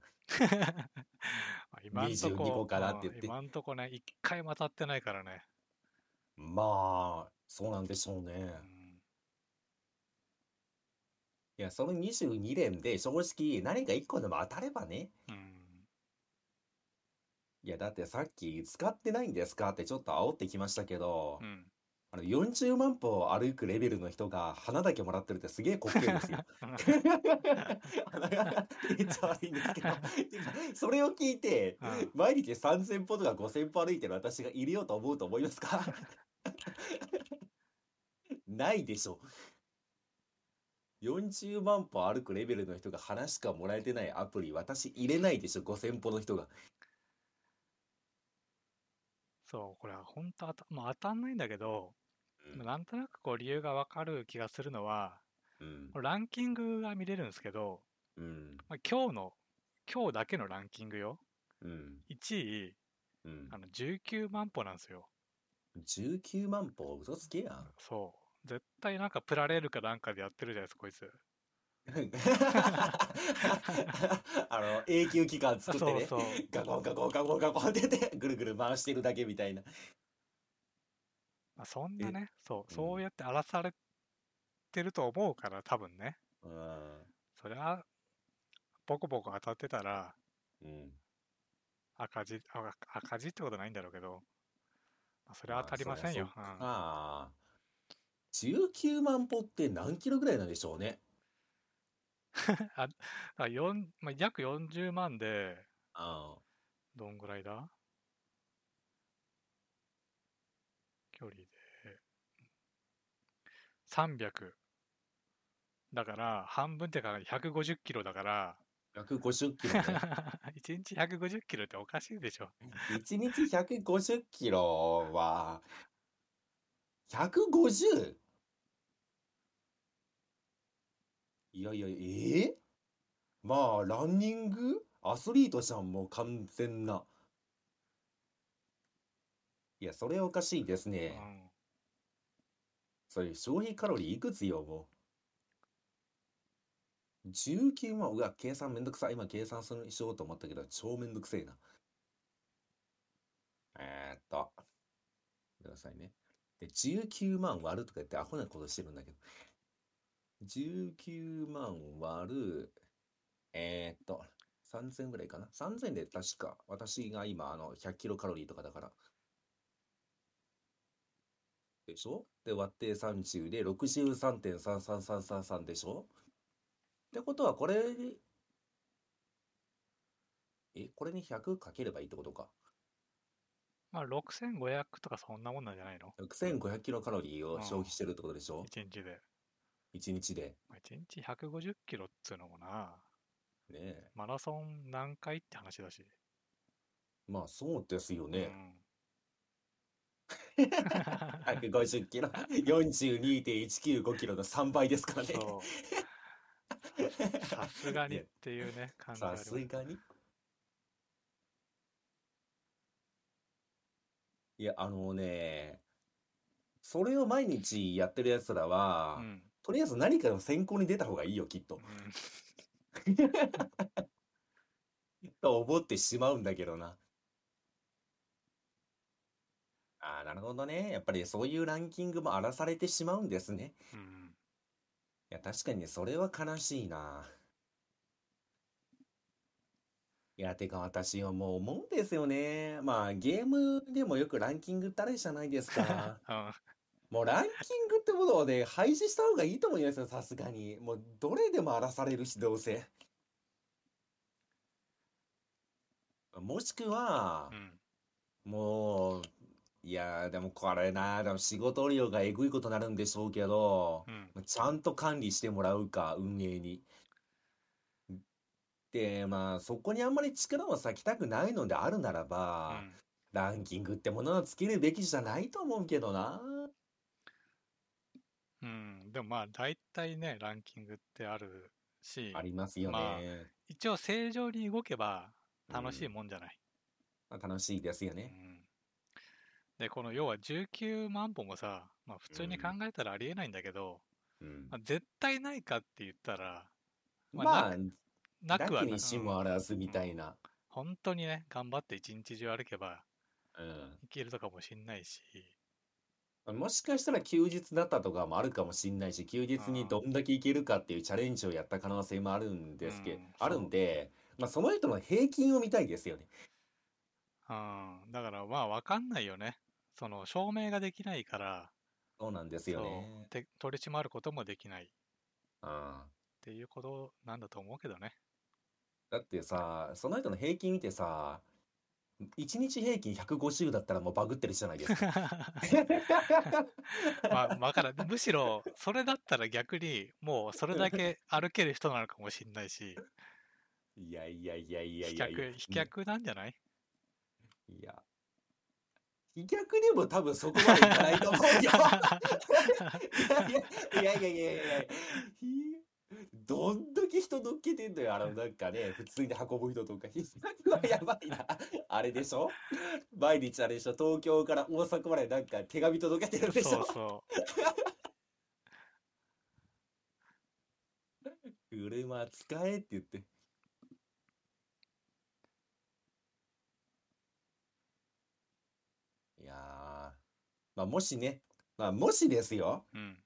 Speaker 2: まあ今んとこ、
Speaker 1: 22個かなって言って
Speaker 2: うん今んとこね、1回も当たってないからね。
Speaker 1: まあ、そうなんでしょうね
Speaker 2: う。ん
Speaker 1: いや、その22連で正直何か1個でも当たればね。
Speaker 2: うん
Speaker 1: いや、だってさっき使ってないんですかってちょっと煽ってきましたけど
Speaker 2: う、ん
Speaker 1: あの40万歩歩くレベルの人が花だけもらってるってすげえ滑稽ですよ。 鼻が言っちゃ悪いんですけど、今それを聞いて、
Speaker 2: うん
Speaker 1: 毎日3000歩とか5000歩歩いてる私がいるよと思うと思いますか ないでしょ。40万歩歩くレベルの人が花しかもらえてないアプリ、私入れないでしょ、5000歩の人が。
Speaker 2: そう、これは本当当た、まあ、当たんないんだけど、
Speaker 1: うん
Speaker 2: なんとなくこう理由がわかる気がするのは、
Speaker 1: うん
Speaker 2: こ。れランキングが見れるんですけど、
Speaker 1: うん。
Speaker 2: まあ、今日の、今日だけのランキングよ。
Speaker 1: うん。
Speaker 2: 1位、
Speaker 1: うん
Speaker 2: あ。の19万歩なんですよ。
Speaker 1: 19万歩、嘘つけやん。
Speaker 2: そう。絶対なんかプラレールかなんかでやってるじゃないですか、こいつ。
Speaker 1: あの、永久期間作って
Speaker 2: そう
Speaker 1: ね、
Speaker 2: そう。
Speaker 1: ガコンガコンガコンガコンってやって、ぐるぐる回してるだけみたいな。
Speaker 2: まあ、そんなね、そう、
Speaker 1: うん
Speaker 2: そうやって荒らされてると思うから、多分ね。
Speaker 1: うん。
Speaker 2: そりゃ、ボコボコ当たってたら、
Speaker 1: うん。
Speaker 2: 赤字、あ赤赤字ってことないんだろうけど、まあ、それ
Speaker 1: ま
Speaker 2: は
Speaker 1: あ
Speaker 2: 当たりませんよ。
Speaker 1: そりゃあ
Speaker 2: うん
Speaker 1: あ。19万歩って何キロぐらいなんでしょうね。
Speaker 2: あ、あ4、まあ、約40万で、
Speaker 1: あ
Speaker 2: どんぐらいだ距離で300。だから、半分ってか150キロだから、
Speaker 1: あ、150キロね。
Speaker 2: 1日150キロっておかしいでしょ。
Speaker 1: 1日150キロは、150? いやいや、ええまあ、ランニングアスリートじゃん、もう完全な。いや、それおかしいです
Speaker 2: う
Speaker 1: ね。
Speaker 2: ん。
Speaker 1: それ、消費カロリーいくつよ、もう。19万、うわ、計算めんどくさい。今計算する、しようと思ったけど、超めんどくせえな。えーっと、くださいね。で、19万割るとか言ってアホなことしてるんだけど。19万割る、えーっと、3000ぐらいかな。3000で確か、私が今、あの、100キロカロリーとかだから。でしょで、割って30で63.33333でしょってことは、これ、え、これに100かければいいってことか。
Speaker 2: まあ、6500とかそんなもんなんじゃないの
Speaker 1: 6500キロカロリーを消
Speaker 2: あ
Speaker 1: 費
Speaker 2: あ
Speaker 1: してるってことでしょ
Speaker 2: ?1 日で。
Speaker 1: ?1 日で。
Speaker 2: まあ、1日150キロっつうのもな、
Speaker 1: ねえ。
Speaker 2: マラソン何回って話だし。
Speaker 1: まあ、そうですよ
Speaker 2: う
Speaker 1: ね。
Speaker 2: ん。
Speaker 1: 150キロ、42.195キロの3倍 ですからね。
Speaker 2: そう。さすがにっていうね、感じ
Speaker 1: さ
Speaker 2: はあり
Speaker 1: す
Speaker 2: ました
Speaker 1: が
Speaker 2: ね。
Speaker 1: に。いや、あのね、それを毎日やってるやつら
Speaker 2: う
Speaker 1: は、
Speaker 2: ん。
Speaker 1: とりあえず何かの選考に出た方がいいよ、きっと。
Speaker 2: うん。
Speaker 1: と思ってしまうんだけどな。ああ、なるほどね。やっぱりそういうランキングも荒らされてしまうんですね。
Speaker 2: うん
Speaker 1: いや、確かにね、それは悲しいな。いや、てか私はもう思うんですよね。まあ、ゲームでもよくランキングってあるじゃないですか。
Speaker 2: うん
Speaker 1: もうランキングってものをね、廃止した方がいいと思いますよ、さすがに。もうどれでも荒らされるし、どうせ。もしくは
Speaker 2: う、ん
Speaker 1: もう、いやー、でもこれな、でも仕事量がえぐいことになるんでしょうけど、
Speaker 2: うん
Speaker 1: ちゃんと管理してもらうか、運営に。で、まあ、そこにあんまり力を割きたくないのであるなら
Speaker 2: う
Speaker 1: ば、
Speaker 2: ん
Speaker 1: ランキングってものをつけるべきじゃないと思うけどな。
Speaker 2: うんでもまあ大体ねランキングってあるし
Speaker 1: ありますよ
Speaker 2: まあ
Speaker 1: ね。
Speaker 2: 一応正常に動けば
Speaker 1: う
Speaker 2: 楽しい
Speaker 1: ん。
Speaker 2: もんじゃない、
Speaker 1: まあ楽しいですよ
Speaker 2: う
Speaker 1: ね。
Speaker 2: ん、でこの要は19万歩もさ、まあ、普
Speaker 1: う
Speaker 2: 通に考
Speaker 1: ん。
Speaker 2: えたらありえないんだけど、
Speaker 1: うん。
Speaker 2: まあ、絶対ないかって言ったら、まあ、
Speaker 1: ま
Speaker 2: な
Speaker 1: あ、
Speaker 2: く
Speaker 1: な
Speaker 2: なく
Speaker 1: き
Speaker 2: はな、
Speaker 1: にしもあらずみ
Speaker 2: うんう
Speaker 1: た
Speaker 2: ん、
Speaker 1: いな。
Speaker 2: 本当にね頑張って一日中歩けば
Speaker 1: うん
Speaker 2: いけるとかもしんないし、
Speaker 1: もしかしたら休日だったとかもあるかもしんないし、休日に
Speaker 2: あ
Speaker 1: どんだけいけるかっていうチャレンジをやった可能性もあるん
Speaker 2: う
Speaker 1: ですけ、
Speaker 2: ん
Speaker 1: ある
Speaker 2: そ
Speaker 1: ん
Speaker 2: う
Speaker 1: で、まあその人の平均を見たいですよね。
Speaker 2: うん、だからまあ分かんないよね。その証明ができないから、
Speaker 1: そうなんですよ
Speaker 2: そう、
Speaker 1: ね。
Speaker 2: て取り締まることもできないっ
Speaker 1: うん。
Speaker 2: ていうことなんだと思うけ どね。
Speaker 1: だってさ、その人の平均見てさ、1日平均150だったらもうバグってるじゃない ですか。
Speaker 2: まあ、わからん。むしろ、それだったら逆に、もうそれだけ歩ける人なのかもしれないし、
Speaker 1: いやいやいやいや
Speaker 2: 飛
Speaker 1: いやいや。
Speaker 2: 脚、飛
Speaker 1: ね、
Speaker 2: 脚なんじゃない
Speaker 1: いや。飛脚でも多分そこまでいかないと思 うよ。いやいやいやいやいやいやいやひどんだけ人乗っけてんのよ、あの、なんかね、普通に運ぶ人とか、ひはやばいな。あれでしょ毎日あれでしょ東京から大阪までなんか手紙届けてるでし
Speaker 2: そう
Speaker 1: ょ
Speaker 2: そ
Speaker 1: 車使えって言って。いやー、まあ、もしね、まあ、もしですよ。
Speaker 2: う。うん、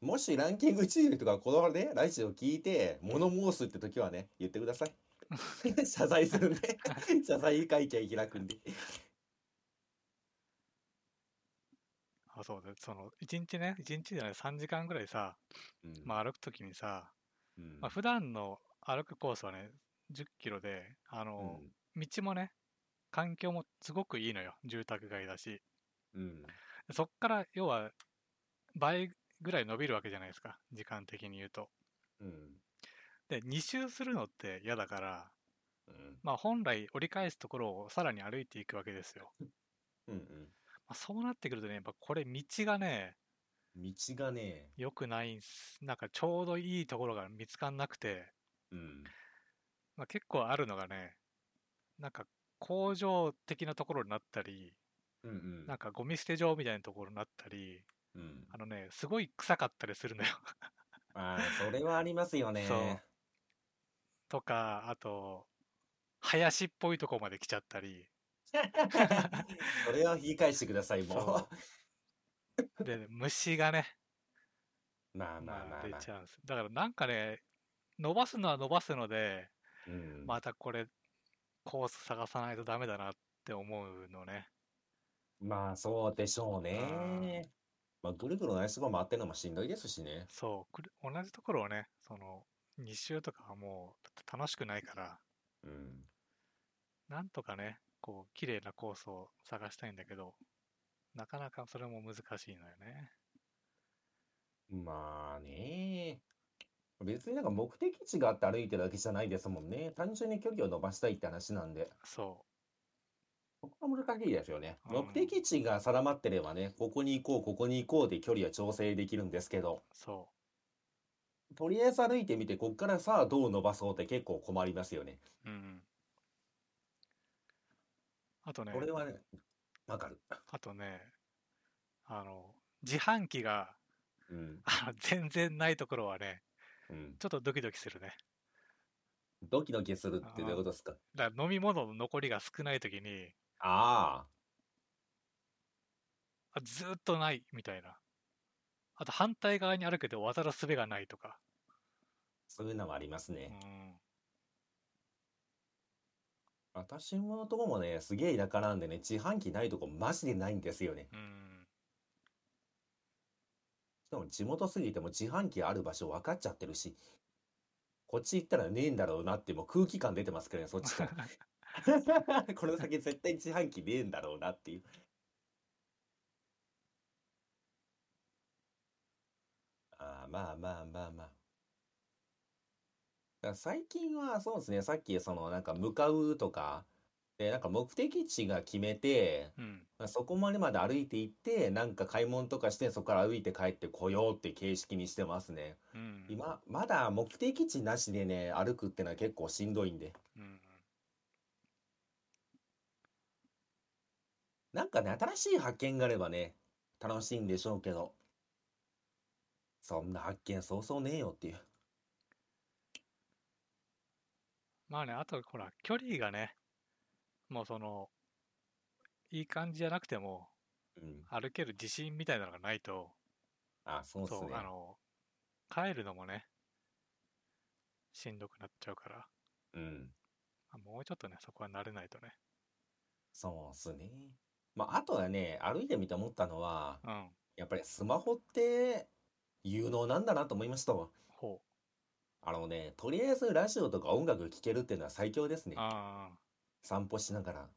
Speaker 1: もしランキング1位の人がこのね、ラジオ聞いて、
Speaker 2: うん。
Speaker 1: 物申すって時はね、言ってくだ さい。謝罪するんで 謝罪会見開くんで。
Speaker 2: あ、そうだ。その、一日ね、一日じゃない、3時間ぐらいさ、
Speaker 1: うん。
Speaker 2: まあ歩くときにさ、
Speaker 1: うん
Speaker 2: まあ、普段の歩くコースはね、10キロで、あの、道もね、環境もすごくいいのよ。住宅街だし。
Speaker 1: うんうん
Speaker 2: そっから、要は、倍ぐらい伸びるわけじゃないですか。時間的に言うと。
Speaker 1: うん
Speaker 2: で、2周するのって嫌だから、
Speaker 1: うん
Speaker 2: まあ本来折り返すところをさらに歩いていくわけですよ。
Speaker 1: うん
Speaker 2: まあ、そうなってくるとね、やっぱこれ道がね、
Speaker 1: うん道がね
Speaker 2: 良くないんす。なんかちょうどいいところが見つかんなくて、
Speaker 1: うん
Speaker 2: まあ、結構あるのがね、なんか工場的なところになったり、
Speaker 1: うんうん
Speaker 2: なんかゴミ捨て場みたいなところになったり、
Speaker 1: うん
Speaker 2: あのね、すごい臭かったりするのよ。
Speaker 1: あーそれはありますよね
Speaker 2: そうとか、あと、林っぽいとこまで来ちゃったり、
Speaker 1: それは引き返してくださいも
Speaker 2: そで、虫がね、
Speaker 1: うまあまあ
Speaker 2: ま
Speaker 1: ま
Speaker 2: あ
Speaker 1: あ
Speaker 2: 出
Speaker 1: まあ
Speaker 2: ちゃうんです。だからなんかね、伸ばすのは伸ばすので、
Speaker 1: うん
Speaker 2: またこれ、コース探さないとダメだなって思うのね。
Speaker 1: まあそうでしょうねまあぐるぐる同じとこ回ってるのもしんどいですしね
Speaker 2: そう、くる同じところをね、その、2周とかはもう、だって楽しくないから、
Speaker 1: うん
Speaker 2: なんとかね、こう、綺麗なコースを探したいんだけど、なかなかそれも難しいのよね。
Speaker 1: まあね別になんか目的地があって歩いてるわけじゃないですもんね単純に距離を伸ばしたいって話なんで
Speaker 2: そ
Speaker 1: ここが難しいですよね。
Speaker 2: うん
Speaker 1: 目的地が定まってればね、ここに行こう、ここに行こうで距離は調整できるんですけど、
Speaker 2: う、そ
Speaker 1: とりあえず歩いてみて、こっからさあどう伸ばそうって結構困りますよね。
Speaker 2: う。うん。あとね
Speaker 1: こ、れはね、わかる。
Speaker 2: あとね、あの、自販機が、
Speaker 1: うん、
Speaker 2: あの全然ないところはね、
Speaker 1: うん。
Speaker 2: ちょっとドキドキするね。
Speaker 1: ドキドキするってどういうことですか
Speaker 2: だから飲み物の残りが少ないときに、
Speaker 1: あ
Speaker 2: あずーっとないみたいな。あと反対側にあるけど渡る術がないとか。
Speaker 1: あ、そういうのもあります
Speaker 2: う
Speaker 1: ね。
Speaker 2: ん。
Speaker 1: 私のとこもね、すげえ田舎なんでね、自販機ないとこマジでないんですよね。
Speaker 2: うん。
Speaker 1: しかも地元すぎても自販機ある場所分かっちゃってるし、こっち行ったらねえんだろうなってもう空気感出てますからね、そっちから この先絶対自販機ねえんだろうなっていう。ああ、まあまあまあまあ。だから最近はそうですね、さっきそのなんか向かうとか、で、なんか目的地が決めて、
Speaker 2: うん。
Speaker 1: まあそこまでまで歩いて行って、なんか買い物とかして、そこから歩いて帰ってこようって形式にしてますね。
Speaker 2: うん。
Speaker 1: 今、まだ目的地なしでね、歩くってのは結構しんどいんで。
Speaker 2: うん。
Speaker 1: なんかね、新しい発見があればね、楽しいんでしょうけど、そんな発見そうそうねえよっていう。
Speaker 2: まあね、あとほら、距離がね、もうその、いい感じじゃなくても、
Speaker 1: うん。
Speaker 2: 歩ける自信みたいなのがないと、
Speaker 1: あ、そうっす
Speaker 2: そう、
Speaker 1: ね。
Speaker 2: あの、帰るのもね、しんどくなっちゃうから、
Speaker 1: うん。
Speaker 2: あもうちょっとね、そこは慣れないとね。
Speaker 1: そうっすね。まあ、あとはね、歩いてみて思ったのは、
Speaker 2: うん。
Speaker 1: やっぱりスマホって有能なんだなと思いましたわ。
Speaker 2: ほう。
Speaker 1: あのね、とりあえずラジオとか音楽聴けるっていうのは最強ですね。
Speaker 2: ああ、
Speaker 1: 散歩しながら。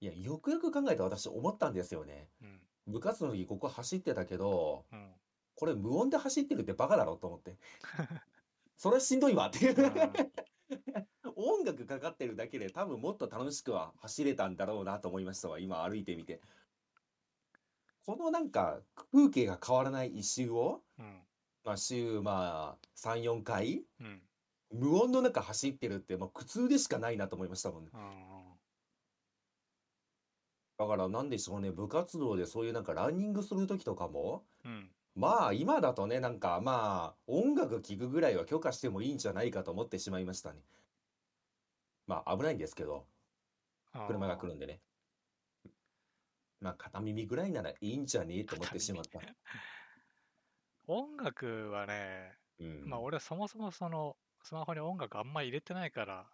Speaker 1: いや、よくよく考えて私思ったんですよね。
Speaker 2: うん。
Speaker 1: 部活の時ここ走ってたけど、
Speaker 2: うん。
Speaker 1: これ無音で走ってるってバカだろと思って。それはしんどいわっていう。音楽かかってるだけで多分もっと楽しくは走れたんだろうなと思いましたわ。今歩いてみて。このなんか風景が変わらない一周を、
Speaker 2: うん。
Speaker 1: まあ週まあ3、4回
Speaker 2: うん。
Speaker 1: 無音の中走ってるって、まあ、苦痛でしかないなと思いましたもんね。
Speaker 2: うん。
Speaker 1: だからなんでしょうね、部活動でそういうなんかランニングする時とかも、
Speaker 2: うん。
Speaker 1: まあ今だとね、なんかまあ音楽聴くぐらいは許可してもいいんじゃないかと思ってしまいましたね。まあ危ないんですけど、車が来
Speaker 2: る。
Speaker 1: るんでね。まあ片耳ぐらいならいいんじゃねえと思ってしまった。
Speaker 2: 音楽はね、
Speaker 1: うん。
Speaker 2: まあ俺はそもそもその、スマホに音楽あんま入れてないからっ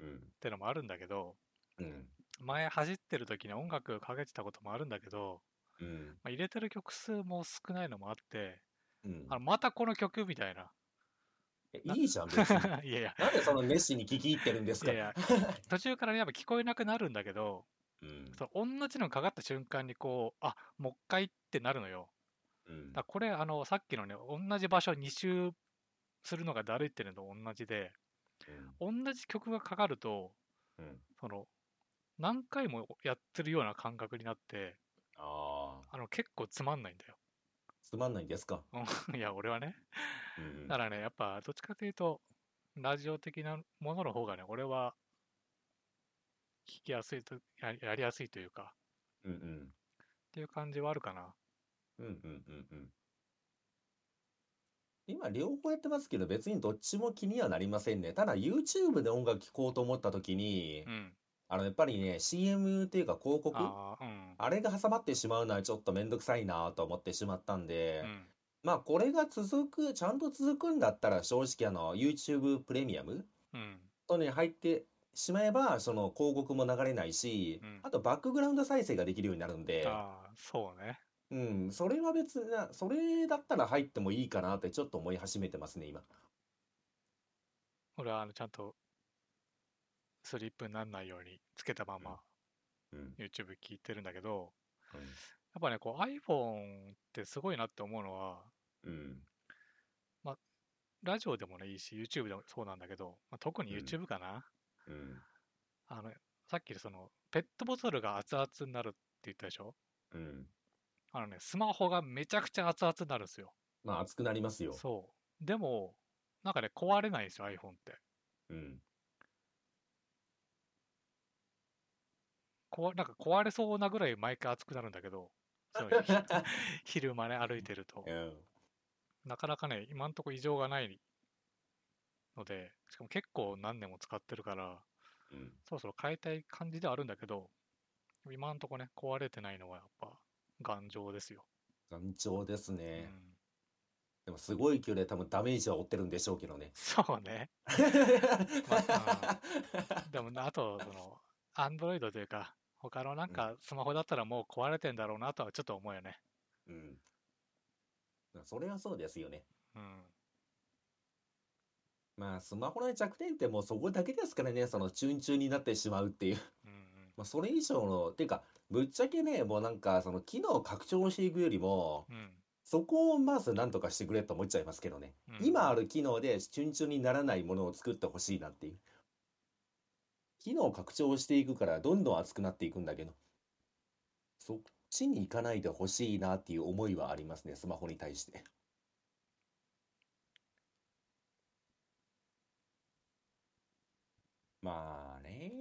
Speaker 1: うん。
Speaker 2: てのもあるんだけど、
Speaker 1: うん。
Speaker 2: 前走ってる時に音楽かけてたこともあるんだけど、
Speaker 1: うん。
Speaker 2: まあ、入れてる曲数も少ないのもあって、
Speaker 1: うん
Speaker 2: あのまたこの曲みたいな、
Speaker 1: いやいいじゃん、別に。
Speaker 2: いやいや、
Speaker 1: なんでその熱心に聞き入ってるんです
Speaker 2: い
Speaker 1: か。
Speaker 2: やいや、途中からやっぱ聞こえなくなるんだけど、
Speaker 1: うん。
Speaker 2: そう同じのかかった瞬間にこう、あもう一回ってなるのよ。
Speaker 1: うん
Speaker 2: だからこれ、あの、さっきのね、同じ場所2周するのがだるいっていうのと同じで、同じ曲がかかると、
Speaker 1: うん。うん。
Speaker 2: その、何回もやってるような感覚になって、
Speaker 1: ああ、
Speaker 2: あの、結構つまんないんだよ。
Speaker 1: つまんないんですか。
Speaker 2: うんいや、俺はね。
Speaker 1: うんうん。
Speaker 2: だからね、やっぱ、どっちかというと、ラジオ的なものの方がね、俺は、聞きやすいと、ややりやすいというか、
Speaker 1: うんうん。
Speaker 2: っていう感じはあるかな。
Speaker 1: うんうんうんうん。今両方やってますけど別にどっちも気にはなりませんね。ただ YouTube で音楽聴こうと思った時に
Speaker 2: う、ん。
Speaker 1: あのやっぱりね CM っていうか広告
Speaker 2: ああ、うん。
Speaker 1: あれが挟まってしまうのはちょっとめんどくさいなと思ってしまったんで
Speaker 2: う、ん。
Speaker 1: まあこれが続く、ちゃんと続くんだったら正直あの YouTube プレミアム
Speaker 2: うん。
Speaker 1: とに入ってしまえばその広告も流れないし
Speaker 2: うん、
Speaker 1: あとバックグラウンド再生ができるようになるんで、
Speaker 2: ああ、そうね。
Speaker 1: うん、それは別な、それだったら入ってもいいかなってちょっと思い始めてますね、今。
Speaker 2: 俺は、あの、ちゃんと、スリップにならないようにつけたまま
Speaker 1: うん。
Speaker 2: YouTube 聞いてるんだけど、やっぱね、こう iPhone ってすごいなって思うのは、
Speaker 1: うん。
Speaker 2: ラジオでもね、いいし、YouTube でもそうなんだけど、まあ、特に
Speaker 1: うん
Speaker 2: YouTube かな。
Speaker 1: うん。
Speaker 2: あの、さっきその、ペットボトルが熱々になるって言ったでしょ
Speaker 1: うん。
Speaker 2: あのね、スマホがめちゃくちゃ熱々になるんですよ。
Speaker 1: まあ、熱くなりますよ。
Speaker 2: そう。でも、なんかね、壊れないんですよ、iPhone って。
Speaker 1: うん。
Speaker 2: こわなんか壊れそうなぐらい毎回熱くなるんだけど、その 昼間ね、歩いてると
Speaker 1: う。ん。
Speaker 2: なかなかね、今んとこ異常がないので、しかも結構何年も使ってるから、
Speaker 1: うん。
Speaker 2: そろそろ変えたい感じではあるんだけど、今んとこね、壊れてないのはやっぱ頑丈ですよ。
Speaker 1: 頑丈です
Speaker 2: う
Speaker 1: ね。
Speaker 2: ん、
Speaker 1: でも、すごい勢いで多分ダメージは負ってるんでしょうけど ね。
Speaker 2: そうね。でもな、あと、その、アンドロイドというか、他のなんかスマホだったらもう壊れてんだろうなとはちょっと思うよね。
Speaker 1: うん。それはそうですよね。
Speaker 2: うん。
Speaker 1: まあ、スマホの弱点ってもうそこだけですからね、そのチュンチュンになってしまうっていう。
Speaker 2: うん
Speaker 1: まあ、それ以上の、ていうか、ぶっちゃけね、もうなんか、その機能を拡張していくよりも、
Speaker 2: うん。うん。
Speaker 1: そこをまず何とかしてくれと思っちゃいますけどね。
Speaker 2: うん
Speaker 1: 今ある機能でチュンチュンにならないものを作ってほしいなっていう。機能を拡張していくからどんどん熱くなっていくんだけど、そっちに行かないでほしいなっていう思いはありますね、スマホに対して。まあね。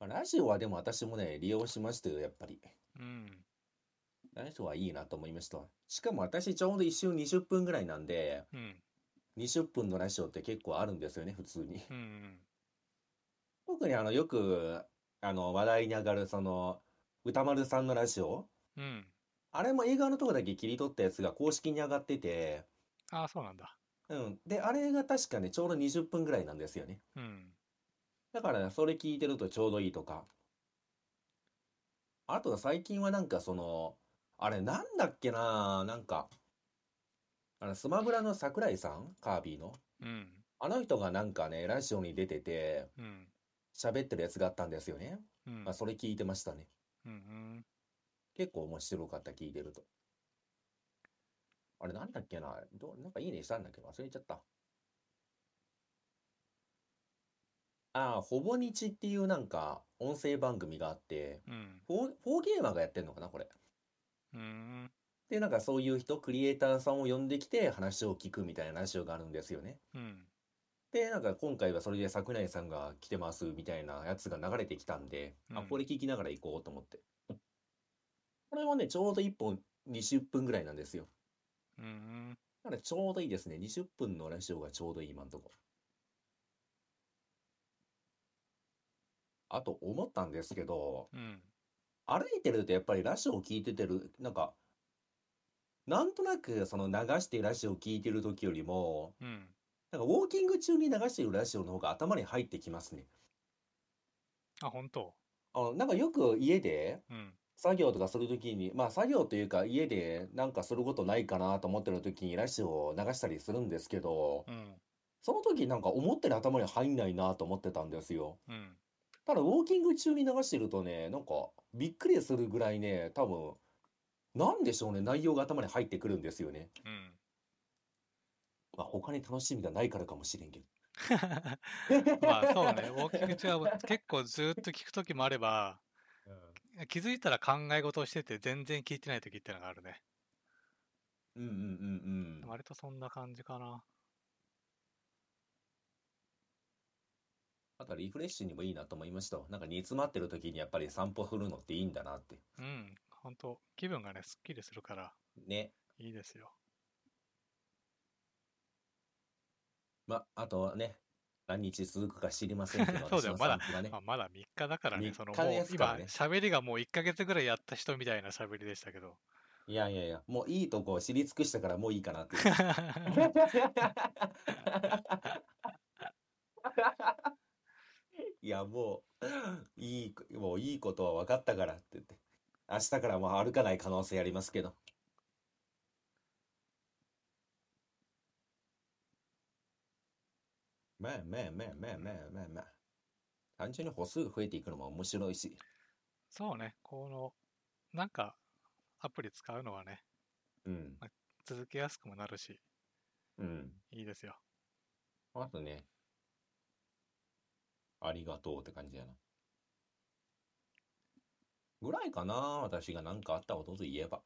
Speaker 1: まあラジオはでも私もね、利用しましたよ、やっぱり。
Speaker 2: うん。
Speaker 1: ラジオはいいなと思いました。しかも私ちょうど一周20分ぐらいなんで、
Speaker 2: うん。
Speaker 1: 20分のラジオって結構あるんですよね、普通に。
Speaker 2: うんうん。
Speaker 1: 特にあの、よく、あの、話題に上がる、その、歌丸さんのラジオ
Speaker 2: うん。
Speaker 1: あれも映画のとこだけ切り取ったやつが公式に上がってて、
Speaker 2: ああ、そうなんだ。
Speaker 1: うん。で、あれが確かね、ちょうど20分ぐらいなんですよね。
Speaker 2: うん。
Speaker 1: だから、それ聞いてるとちょうどいいとか。あとは最近はなんかその、あれなんだっけな、なんか、あの、スマブラの桜井さんカービィの。
Speaker 2: うん。
Speaker 1: あの人がなんかね、ラジオに出てて、
Speaker 2: うん。
Speaker 1: 喋ってるやつがあったんですよね。
Speaker 2: うん
Speaker 1: まあ、。それ聞いてましたね。
Speaker 2: うんうん。
Speaker 1: 結構面白かった、聞いてると。あれなんだっけな、どう、なんかいいねしたんだっけど忘れちゃった。ああ、ほぼ日っていうなんか音声番組があって、
Speaker 2: うん。
Speaker 1: フォー、フォーゲーマーがやってんのかな、これ。
Speaker 2: うん。
Speaker 1: で、なんかそういう人、クリエイターさんを呼んできて話を聞くみたいなラジオがあるんですよね。
Speaker 2: うん。
Speaker 1: で、なんか今回はそれで桜井さんが来てますみたいなやつが流れてきたんで、あ、
Speaker 2: うん
Speaker 1: これ聞きながら行こうと思って。これはね、ちょうど1本20分ぐらいなんですよ。
Speaker 2: うん。
Speaker 1: だからちょうどいいですね。20分のラジオがちょうどいい今んとこ。あと思ったんですけど、
Speaker 2: うん。
Speaker 1: 歩いてるとやっぱりラジオを聞いててる、なんか、なんとなくその流してラジオを聞いてる時よりも、
Speaker 2: うん。
Speaker 1: なんかウォーキング中に流してるラジオの方が頭に入ってきますね。
Speaker 2: あ、本当。
Speaker 1: あの、なんかよく家で、
Speaker 2: うん。
Speaker 1: 作業とかするときに、まあ作業というか家でなんかすることないかなと思ってるときにラジオを流したりするんですけど、
Speaker 2: うん、
Speaker 1: その時なんか思ってる頭に入んないなと思ってたんですよ。
Speaker 2: うん。
Speaker 1: ただウォーキング中に流してるとね、なんかびっくりするぐらいね、多分、なんでしょうね、内容が頭に入ってくるんですよね。
Speaker 2: うん。
Speaker 1: まあ他に楽しみがないからかもしれんけど。
Speaker 2: まあそう ね、ウォーキング中は結構ずっと聞く時もあれ
Speaker 1: う
Speaker 2: ば、
Speaker 1: ん。
Speaker 2: 気づいたら考え事をしてて全然聞いてない時ってのがあるね。
Speaker 1: うんうんうんうん。
Speaker 2: 割とそんな感じかな。
Speaker 1: なんかリフレッシュにもいいなと思いましたわ。なんか煮詰まってる時にやっぱり散歩するのっていいんだなって。
Speaker 2: うん、ほんと気分がね、すっきりするから
Speaker 1: ね。
Speaker 2: いいですよ。
Speaker 1: まあ、あとはね、何日続くか知りませんけど、
Speaker 2: そうだ
Speaker 1: 私
Speaker 2: よ、
Speaker 1: の
Speaker 2: まだ、
Speaker 1: 散歩がね、
Speaker 2: まあ、まだ3日だからね、
Speaker 1: 3
Speaker 2: その
Speaker 1: 日の
Speaker 2: も
Speaker 1: や
Speaker 2: う
Speaker 1: つから
Speaker 2: 今、
Speaker 1: ね。
Speaker 2: 喋りがもう1ヶ月ぐらいやった人みたいな喋りでしたけど。
Speaker 1: いやいやいや、もういいとこを知り尽くしたからもういいかなっていう。 いや、もう、いい、もういいことは分かったからって言って。明日からもう歩かない可能性ありますけど。まあまあまあまあまあまあまあ。単純に歩数が増えていくのも面白いし。
Speaker 2: そうね、この、なんかアプリ使うのはね、
Speaker 1: うん。
Speaker 2: まあ続けやすくもなるし、
Speaker 1: うん。
Speaker 2: いいですよ。
Speaker 1: あとね、ありがとうって感じやな。ぐらいかな、私が何かあったことといえば。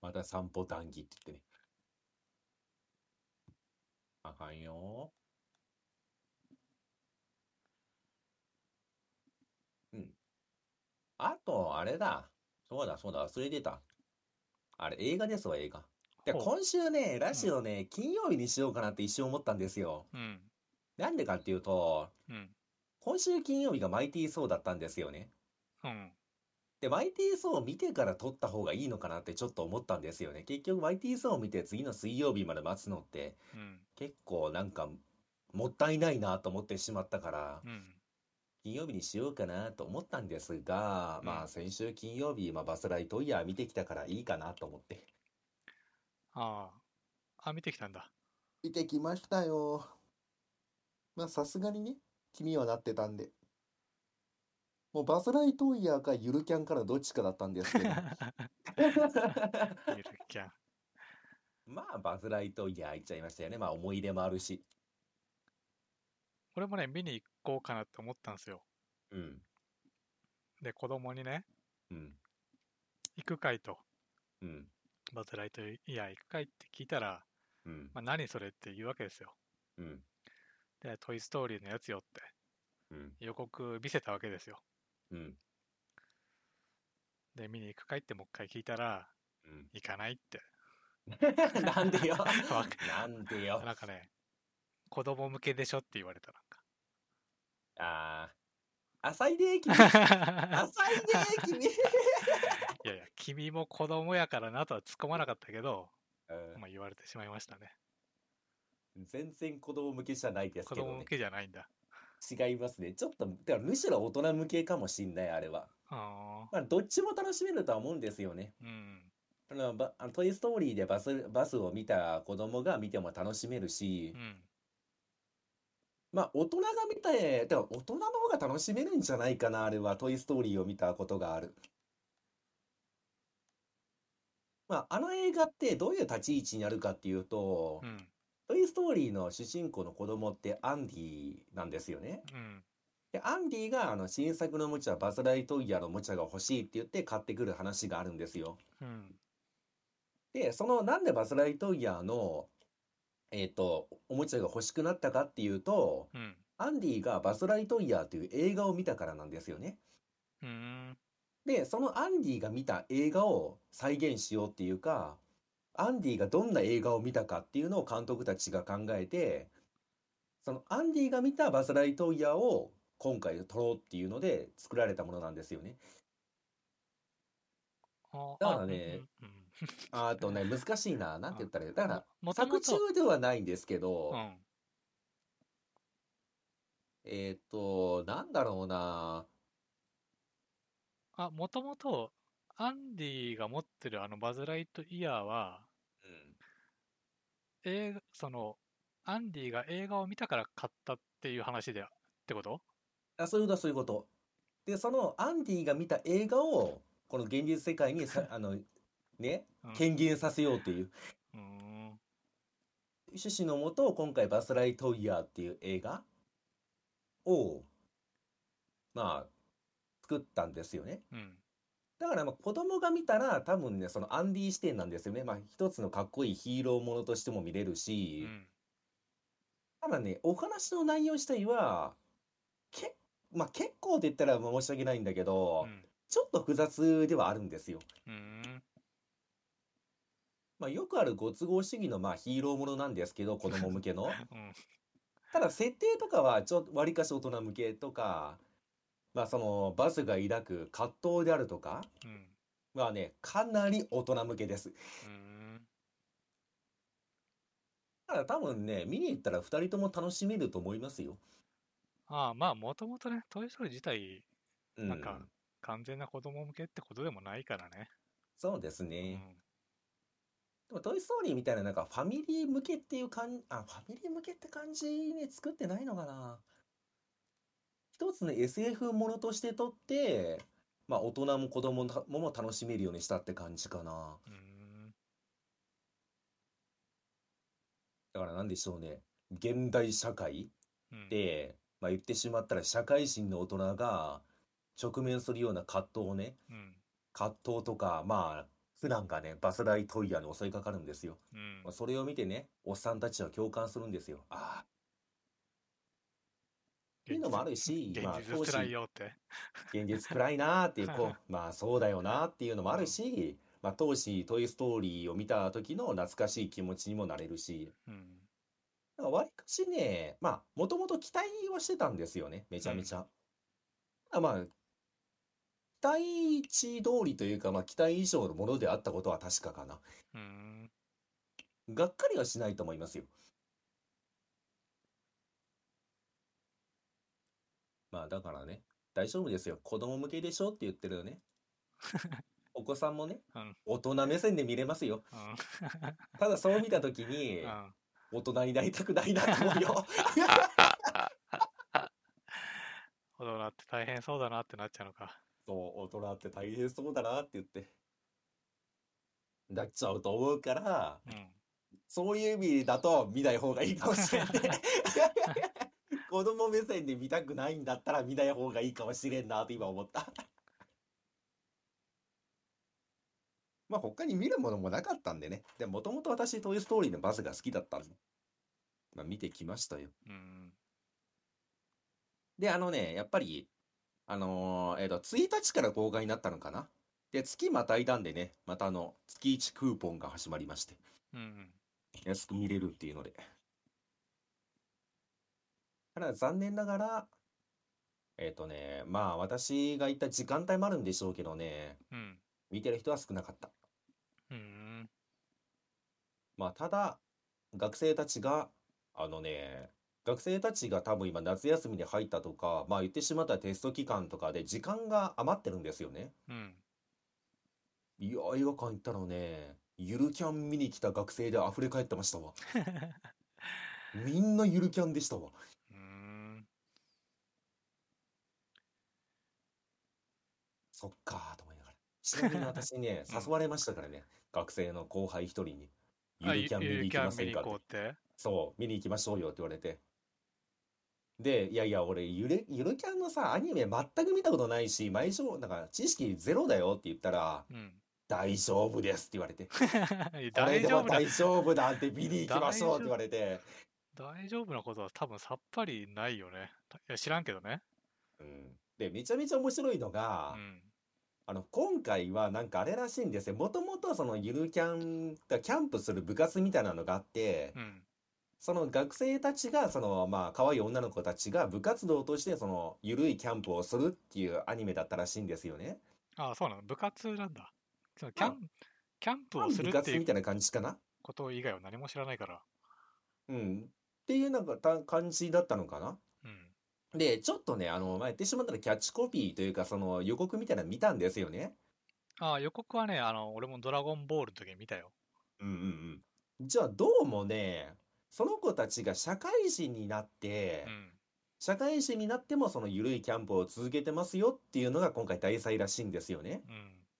Speaker 1: また散歩談義って言ってね。あかんよ。うん。あと、あれだ。そうだ、そうだ、忘れてた。あれ、映画ですわ、映画。で、
Speaker 2: ほ
Speaker 1: 今週ね、ラ
Speaker 2: う。う
Speaker 1: ジ
Speaker 2: ん。
Speaker 1: オね、金曜日にしようかなって一瞬思ったんですよ。
Speaker 2: うん。
Speaker 1: なんでかっていうと、
Speaker 2: うん。
Speaker 1: 今週金曜日がマイティー・ソーだったんですよね。
Speaker 2: うん。
Speaker 1: で、マイティー・ソーを見てから撮った方がいいのかなってちょっと思ったんですよね。結局、マイティー・ソーを見て次の水曜日まで待つのって、
Speaker 2: うん。
Speaker 1: 結構なんか、もったいないなと思ってしまったから、
Speaker 2: うん。
Speaker 1: 金曜日にしようかなと思ったんですが、
Speaker 2: う
Speaker 1: まあ
Speaker 2: ん。
Speaker 1: 先週金曜日、まあバスライトイヤー見てきたからいいかなと思って。
Speaker 2: ああ。あ、見てきたんだ。
Speaker 1: 見てきましたよ。まあさすがにね、気にはなってたんで。もうバスライトイヤーかゆるキャンからどっちかだったんですけど。
Speaker 2: ゆるキャン。
Speaker 1: まあバズライトイヤー行っちゃいましたよね。まあ思い出もあるし。
Speaker 2: 俺もね、見に行こうかなって思ったんですよ。
Speaker 1: うん、
Speaker 2: で、子供にね、
Speaker 1: うん、
Speaker 2: 行くかいと、
Speaker 1: うん、
Speaker 2: バズ・ライトイヤー行くかいって聞いたら、
Speaker 1: うん、
Speaker 2: まあ、何それって言うわけですよ。
Speaker 1: うん、
Speaker 2: で、トイ・ストーリーのやつよって
Speaker 1: うん、
Speaker 2: 予告見せたわけですよ。
Speaker 1: うん、
Speaker 2: で、見に行くかいってもう一回聞いたら、
Speaker 1: うん。
Speaker 2: 行かないって。
Speaker 1: なんでよ。
Speaker 2: わか
Speaker 1: なんでよ。
Speaker 2: なんかね、子供向けでしょって言われたなんか。
Speaker 1: ああ、浅いね、 君。浅いね、君。
Speaker 2: いやいや、君も子供やからなとは突っ込まなかったけど、
Speaker 1: うん、
Speaker 2: まあ、言われてしまいましたね。
Speaker 1: 全然子供向けじゃないです
Speaker 2: 子
Speaker 1: けど
Speaker 2: 供向
Speaker 1: ね。
Speaker 2: けじゃないんだ。
Speaker 1: 違いますね。ちょっと、てかむしろ大人向けかもしんない、あれは。
Speaker 2: あ
Speaker 1: まあ、どっちも楽しめるとは思うんですよね。
Speaker 2: あ、うん、
Speaker 1: あの、ば、あの、トイ・ストーリーでバス、バスを見た子供が見ても楽しめるし、
Speaker 2: うん。
Speaker 1: まあ、大人が見て、でも大人の方が楽しめるんじゃないかな、あれは、トイ・ストーリーを見たことがある。まあ、あの映画ってどういう立ち位置にあるかっていう
Speaker 2: う
Speaker 1: と、
Speaker 2: ん、
Speaker 1: トイ・ストーリーの主人公の子供ってアンディなんですよね。
Speaker 2: うん、
Speaker 1: で、アンディがあの新作のおもちゃ、バズ・ライトイヤーのおもちゃが欲しいって言って買ってくる話があるんですよ。
Speaker 2: うん、
Speaker 1: で、そのなんでバズ・ライトイヤーの、えっと、おもちゃが欲しくなったかっていうと、
Speaker 2: うん、
Speaker 1: アンディがバズ・ライトイヤーという映画を見たからなんですよね。
Speaker 2: うん、
Speaker 1: で、そのアンディが見た映画を再現しようっていうか、アンディがどんな映画を見たかっていうのを監督たちが考えて、そのアンディが見たバズ・ライトイヤーを今回撮ろうっていうので作られたものなんですよね。
Speaker 2: あ
Speaker 1: だか
Speaker 2: あ、
Speaker 1: ら
Speaker 2: うん、
Speaker 1: ね、
Speaker 2: うん、うん。
Speaker 1: あとね、難しいな、なんて
Speaker 2: あ
Speaker 1: 言ったらいい、だか
Speaker 2: も、
Speaker 1: ら
Speaker 2: もと
Speaker 1: 作
Speaker 2: も
Speaker 1: 中
Speaker 2: と、
Speaker 1: ではないんですけ
Speaker 2: う
Speaker 1: ど、
Speaker 2: ん、
Speaker 1: えーっと、なんだろうな、
Speaker 2: ああ、もともと、アンディが持ってるあのバズ・ライトイヤーは、
Speaker 1: うん。
Speaker 2: 映画、その、アンディが映画を見たから買ったっていう話で、ってこと
Speaker 1: あ、そういうこと、そういうこと。で、そのアンディが見た映画を、この現実世界にさ、あの、ね
Speaker 2: うん、
Speaker 1: 権限させようっていう
Speaker 2: うーん。
Speaker 1: 趣旨のもと、今回バスライトイヤーっていう映画を、まあ、作ったんですよね。
Speaker 2: うん。
Speaker 1: だからまあ子供が見たら多分ね、そのアンディ視点なんですよね。まあ一つのかっこいいヒーローものとしても見れる
Speaker 2: う
Speaker 1: し、
Speaker 2: ん。
Speaker 1: ただね、お話の内容自体は、け、まあ結構って言ったら申し訳ないんだけど
Speaker 2: う、ん。
Speaker 1: ちょっと複雑ではあるんですよ。
Speaker 2: うーん。
Speaker 1: まあよくあるご都合主義のまあヒーローものなんですけど、子供向けの。
Speaker 2: うん。
Speaker 1: ただ設定とかはちょっと割かし大人向けとか、まあそのバスが抱く葛藤であるとか
Speaker 2: うん。
Speaker 1: はね、かなり大人向けです。
Speaker 2: うーん。
Speaker 1: だから多分ね、見に行ったら2人とも楽しめると思いますよ。
Speaker 2: ああ、まあ、もともとね、トイ・ストーリー自体、
Speaker 1: う
Speaker 2: なんか、完全な子供向けってことでもないからね。
Speaker 1: そうです
Speaker 2: う
Speaker 1: ね。
Speaker 2: ん。
Speaker 1: でも、トイ・ストーリーみたいな、なんかファミリー向けっていう感じ、あ、ファミリー向けって感じに作ってないのかな。一つの SF ものとして撮って、まあ、大人も子供もも楽しめるようにしたって感じかな。
Speaker 2: うーん。
Speaker 1: だからなんでしょうね。現代社会
Speaker 2: うん。
Speaker 1: で、まあ、言ってしまったら社会人の大人が直面するような葛藤をね、
Speaker 2: うん。
Speaker 1: 葛藤とか、まあ、普段がね、バスライトイヤーに襲いかかるんですよ。
Speaker 2: うん
Speaker 1: まあ、。それを見てね、おっさんたちは共感するんですよ。ああ、っていうのもあるし
Speaker 2: 現、
Speaker 1: まあ、
Speaker 2: 実
Speaker 1: 当
Speaker 2: 現実辛い
Speaker 1: 時、
Speaker 2: よって。
Speaker 1: 現実暗いなーっていう、こう、 まあ、そうだよなーっていうのもあるし、まあ、当時、トイ・ストーリーを見た時の懐かしい気持ちにもなれるし、
Speaker 2: うん。
Speaker 1: なんか割かしね、まあ、もともと期待はしてたんですよね、めちゃめちゃ。あまあ、期待値通りというか、まあ、期待以上のものであったことは確かかな。
Speaker 2: うーん。
Speaker 1: がっかりはしないと思いますよ。まあだからね、大丈夫ですよ。子供向けでしょって言ってるよ ね。お子さんもね
Speaker 2: うん、
Speaker 1: 大人目線で見れますよ。
Speaker 2: うん。
Speaker 1: ただそう見たときに、
Speaker 2: うん
Speaker 1: 大人になりたくないなと思う よ。
Speaker 2: 大人って大変そうだなってなっちゃうのか。
Speaker 1: そう、大人って大変そうだなって言って。なっちゃうと思うから、
Speaker 2: うん。
Speaker 1: そういう意味だと見ない方がいいかもしれない。 子供目線で見たくないんだったら見ない方がいいかもしれんなと今思った。 まあ他に見るものもなかったんでね。でもともと私トイストーリーのバスが好きだったんで。まあ見てきましたよ。
Speaker 2: うん。
Speaker 1: で、あのね、やっぱり、あのーえっと、1日から公開になったのかな。で、月またいだんでね、またあの、月1クーポンが始まりまして。
Speaker 2: うん。
Speaker 1: 安く見れるっていうので。ただ残念ながら、えっとね、まあ私が行った時間帯もあるんでしょうけどね、
Speaker 2: うん。
Speaker 1: 見てる人は少なかった。
Speaker 2: うん。
Speaker 1: まあただ、学生たちが、あのね、学生たちが多分今夏休みに入ったとか、まあ言ってしまったらテスト期間とかで時間が余ってるんですよね。
Speaker 2: うん。
Speaker 1: いや、映画館行ったらね、ゆるキャン見に来た学生で溢れ返ってましたわ。みんなゆるキャンでしたわ。
Speaker 2: うん。
Speaker 1: そっかーと思いながら。ちなみに私ね、
Speaker 2: うん
Speaker 1: 誘われましたからね、学生の後輩一人に、
Speaker 2: あ
Speaker 1: ゆるキャン見に行きませんかっ。
Speaker 2: ゆるキャン見に行こうってて。
Speaker 1: そう、見に行きましょうよって言われて。で、いやいや、俺、ゆる、ゆるキャンのさ、アニメ全く見たことないし、毎週、なんか、知識ゼロだよって言ったら、
Speaker 2: うん。
Speaker 1: 大丈夫ですって言わ れて、こ
Speaker 2: いや
Speaker 1: れ
Speaker 2: 大
Speaker 1: で
Speaker 2: 丈
Speaker 1: は
Speaker 2: 夫な
Speaker 1: 大丈夫だって見に行きましょうって言わ れて、
Speaker 2: 大丈夫なことは多分さっぱりないよね。いや知らんけどね。
Speaker 1: うん。で、めちゃめちゃ面白いの
Speaker 2: う
Speaker 1: が、
Speaker 2: ん。
Speaker 1: あの、今回はなんかあれらしいんですよ。もともとそのゆるキャンがキャンプする部活みたいなのがあって
Speaker 2: う、ん。
Speaker 1: その学生たちが、そのまあ可愛い女の子たちが部活動としてそのゆるいキャンプをするっていうアニメだったらしいんですよね。
Speaker 2: ああ、そうなの。部活なんだ。そのキャン、キャンプをする
Speaker 1: 部
Speaker 2: って
Speaker 1: 活
Speaker 2: い
Speaker 1: み
Speaker 2: う
Speaker 1: たいな感じかな
Speaker 2: こと以外は何も知らないから。
Speaker 1: うん。っていうなんかた感じだったのかな
Speaker 2: うん。
Speaker 1: で、ちょっとね、あの、まあ、言ってしまったらキャッチコピーというか、その予告みたいなの見たんですよね。
Speaker 2: ああ、予告はね、あの、俺もドラゴンボールの時に見たよ。
Speaker 1: うんうんうん。じゃあ、どうもね、その子たちが社会人になっ
Speaker 2: う
Speaker 1: て、
Speaker 2: ん。
Speaker 1: 社会人になってもその緩いキャンプを続けてますよっていうのが今回題材らしいんですよね。
Speaker 2: うん。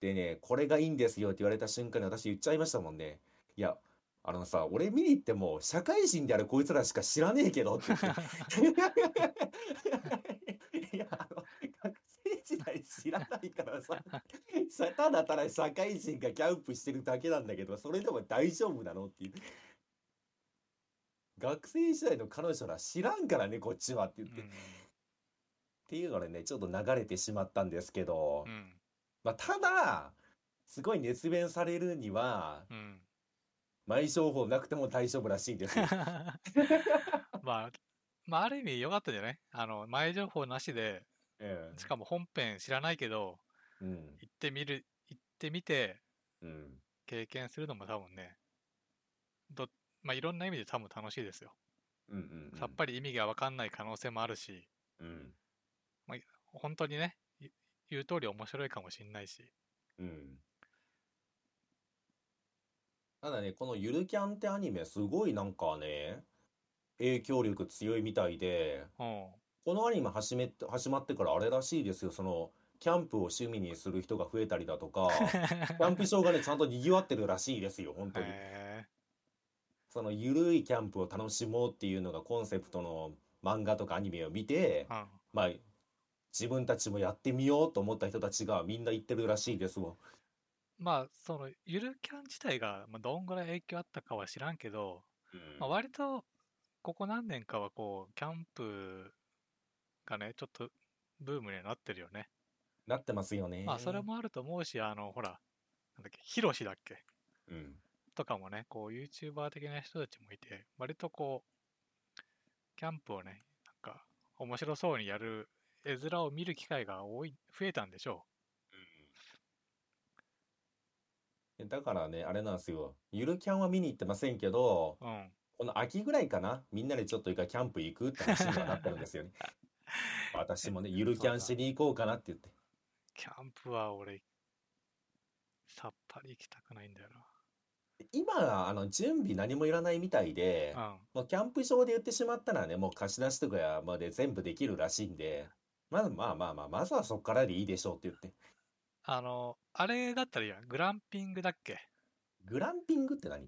Speaker 1: でね、これがいいんですよって言われた瞬間に私言っちゃいましたもんね。いや、あのさ、俺見に行っても社会人であるこいつらしか知らねえけどって言って。 いや、あの、学生時代知らないからさ、 さただただ社会人がキャンプしてるだけなんだけど、それでも大丈夫なのっていう。学生時代の彼女ら知らんからね、こっちはって言っ
Speaker 2: う
Speaker 1: て。っ
Speaker 2: ん。
Speaker 1: ていうのでね、ちょっと流れてしまったんですけど
Speaker 2: う、ん。
Speaker 1: まあ、ただ、すごい熱弁されるには、
Speaker 2: うん。
Speaker 1: 前情報なくても大丈夫らしいん ですよ。
Speaker 2: まあ、まあ、ある意味良かったんじゃないあの、前情報なしで、
Speaker 1: ええ
Speaker 2: しかも本編知らないけど、
Speaker 1: うん、
Speaker 2: 行ってみる、行ってみて、
Speaker 1: うん。
Speaker 2: 経験するのも多分ね、ど、まあ、いろんな意味で多分楽しいですよ。
Speaker 1: うんうんうん
Speaker 2: さっぱり意味が分かんない可能性もあるし、
Speaker 1: うん
Speaker 2: 本当にね、い言う通り面白いかもしんないし。
Speaker 1: うんただね、このゆるキャンってアニメ、すごいなんかね、影響力強いみたいで、
Speaker 2: うん。
Speaker 1: このアニメ始め、始まってからあれらしいですよ、その、キャンプを趣味にする人が増えたりだと か、キャンプ場がね、ちゃんと賑わってるらしいですよ、本当に。
Speaker 2: へ
Speaker 1: その、ゆるいキャンプを楽しもうっていうのがコンセプトの漫画とかアニメを見て
Speaker 2: え、うん。
Speaker 1: まあ、自分たちもやってみようと思った人たちがみんな言ってるらしいですわ。
Speaker 2: まあ、その、ゆるキャン自体が、まあ、どんぐらい影響あったかは知らんけど、
Speaker 1: うん
Speaker 2: まあ、割と、ここ何年かは、こう、キャンプがね、ちょっと、ブームにはなってるよね。
Speaker 1: なってますよね。
Speaker 2: まあ、それもあると思うし、あの、ほら、なんだっけ、ヒロシだっけ
Speaker 1: うん。
Speaker 2: とかもね、こう、YouTuber 的な人たちもいて、割とこう、キャンプをね、なんか、面白そうにやる絵面を見る機会が多い、増えたんでしょ
Speaker 1: うんだからね、あれなんですよ。ゆるキャンは見に行ってませんけど、
Speaker 2: う。うん。
Speaker 1: この秋ぐらいかな、みんなでちょっと一回キャンプ行くって話にはなってるんですよ ね。私もね、ゆるキャンしに行こうかなって言って。
Speaker 2: キャンプは俺、さっぱり行きたくないんだよ
Speaker 1: 今、あの、準備何もいらないみたいで、
Speaker 2: な。うん。
Speaker 1: もうキャンプ場で言ってしまったらね、もう貸し出しとかまで全部できるらしいんで、まずまあまあまあ、まずはそこからでいいでしょうって言って。
Speaker 2: あの、あれだったらいいやん。グランピングだっけ
Speaker 1: グランピングって何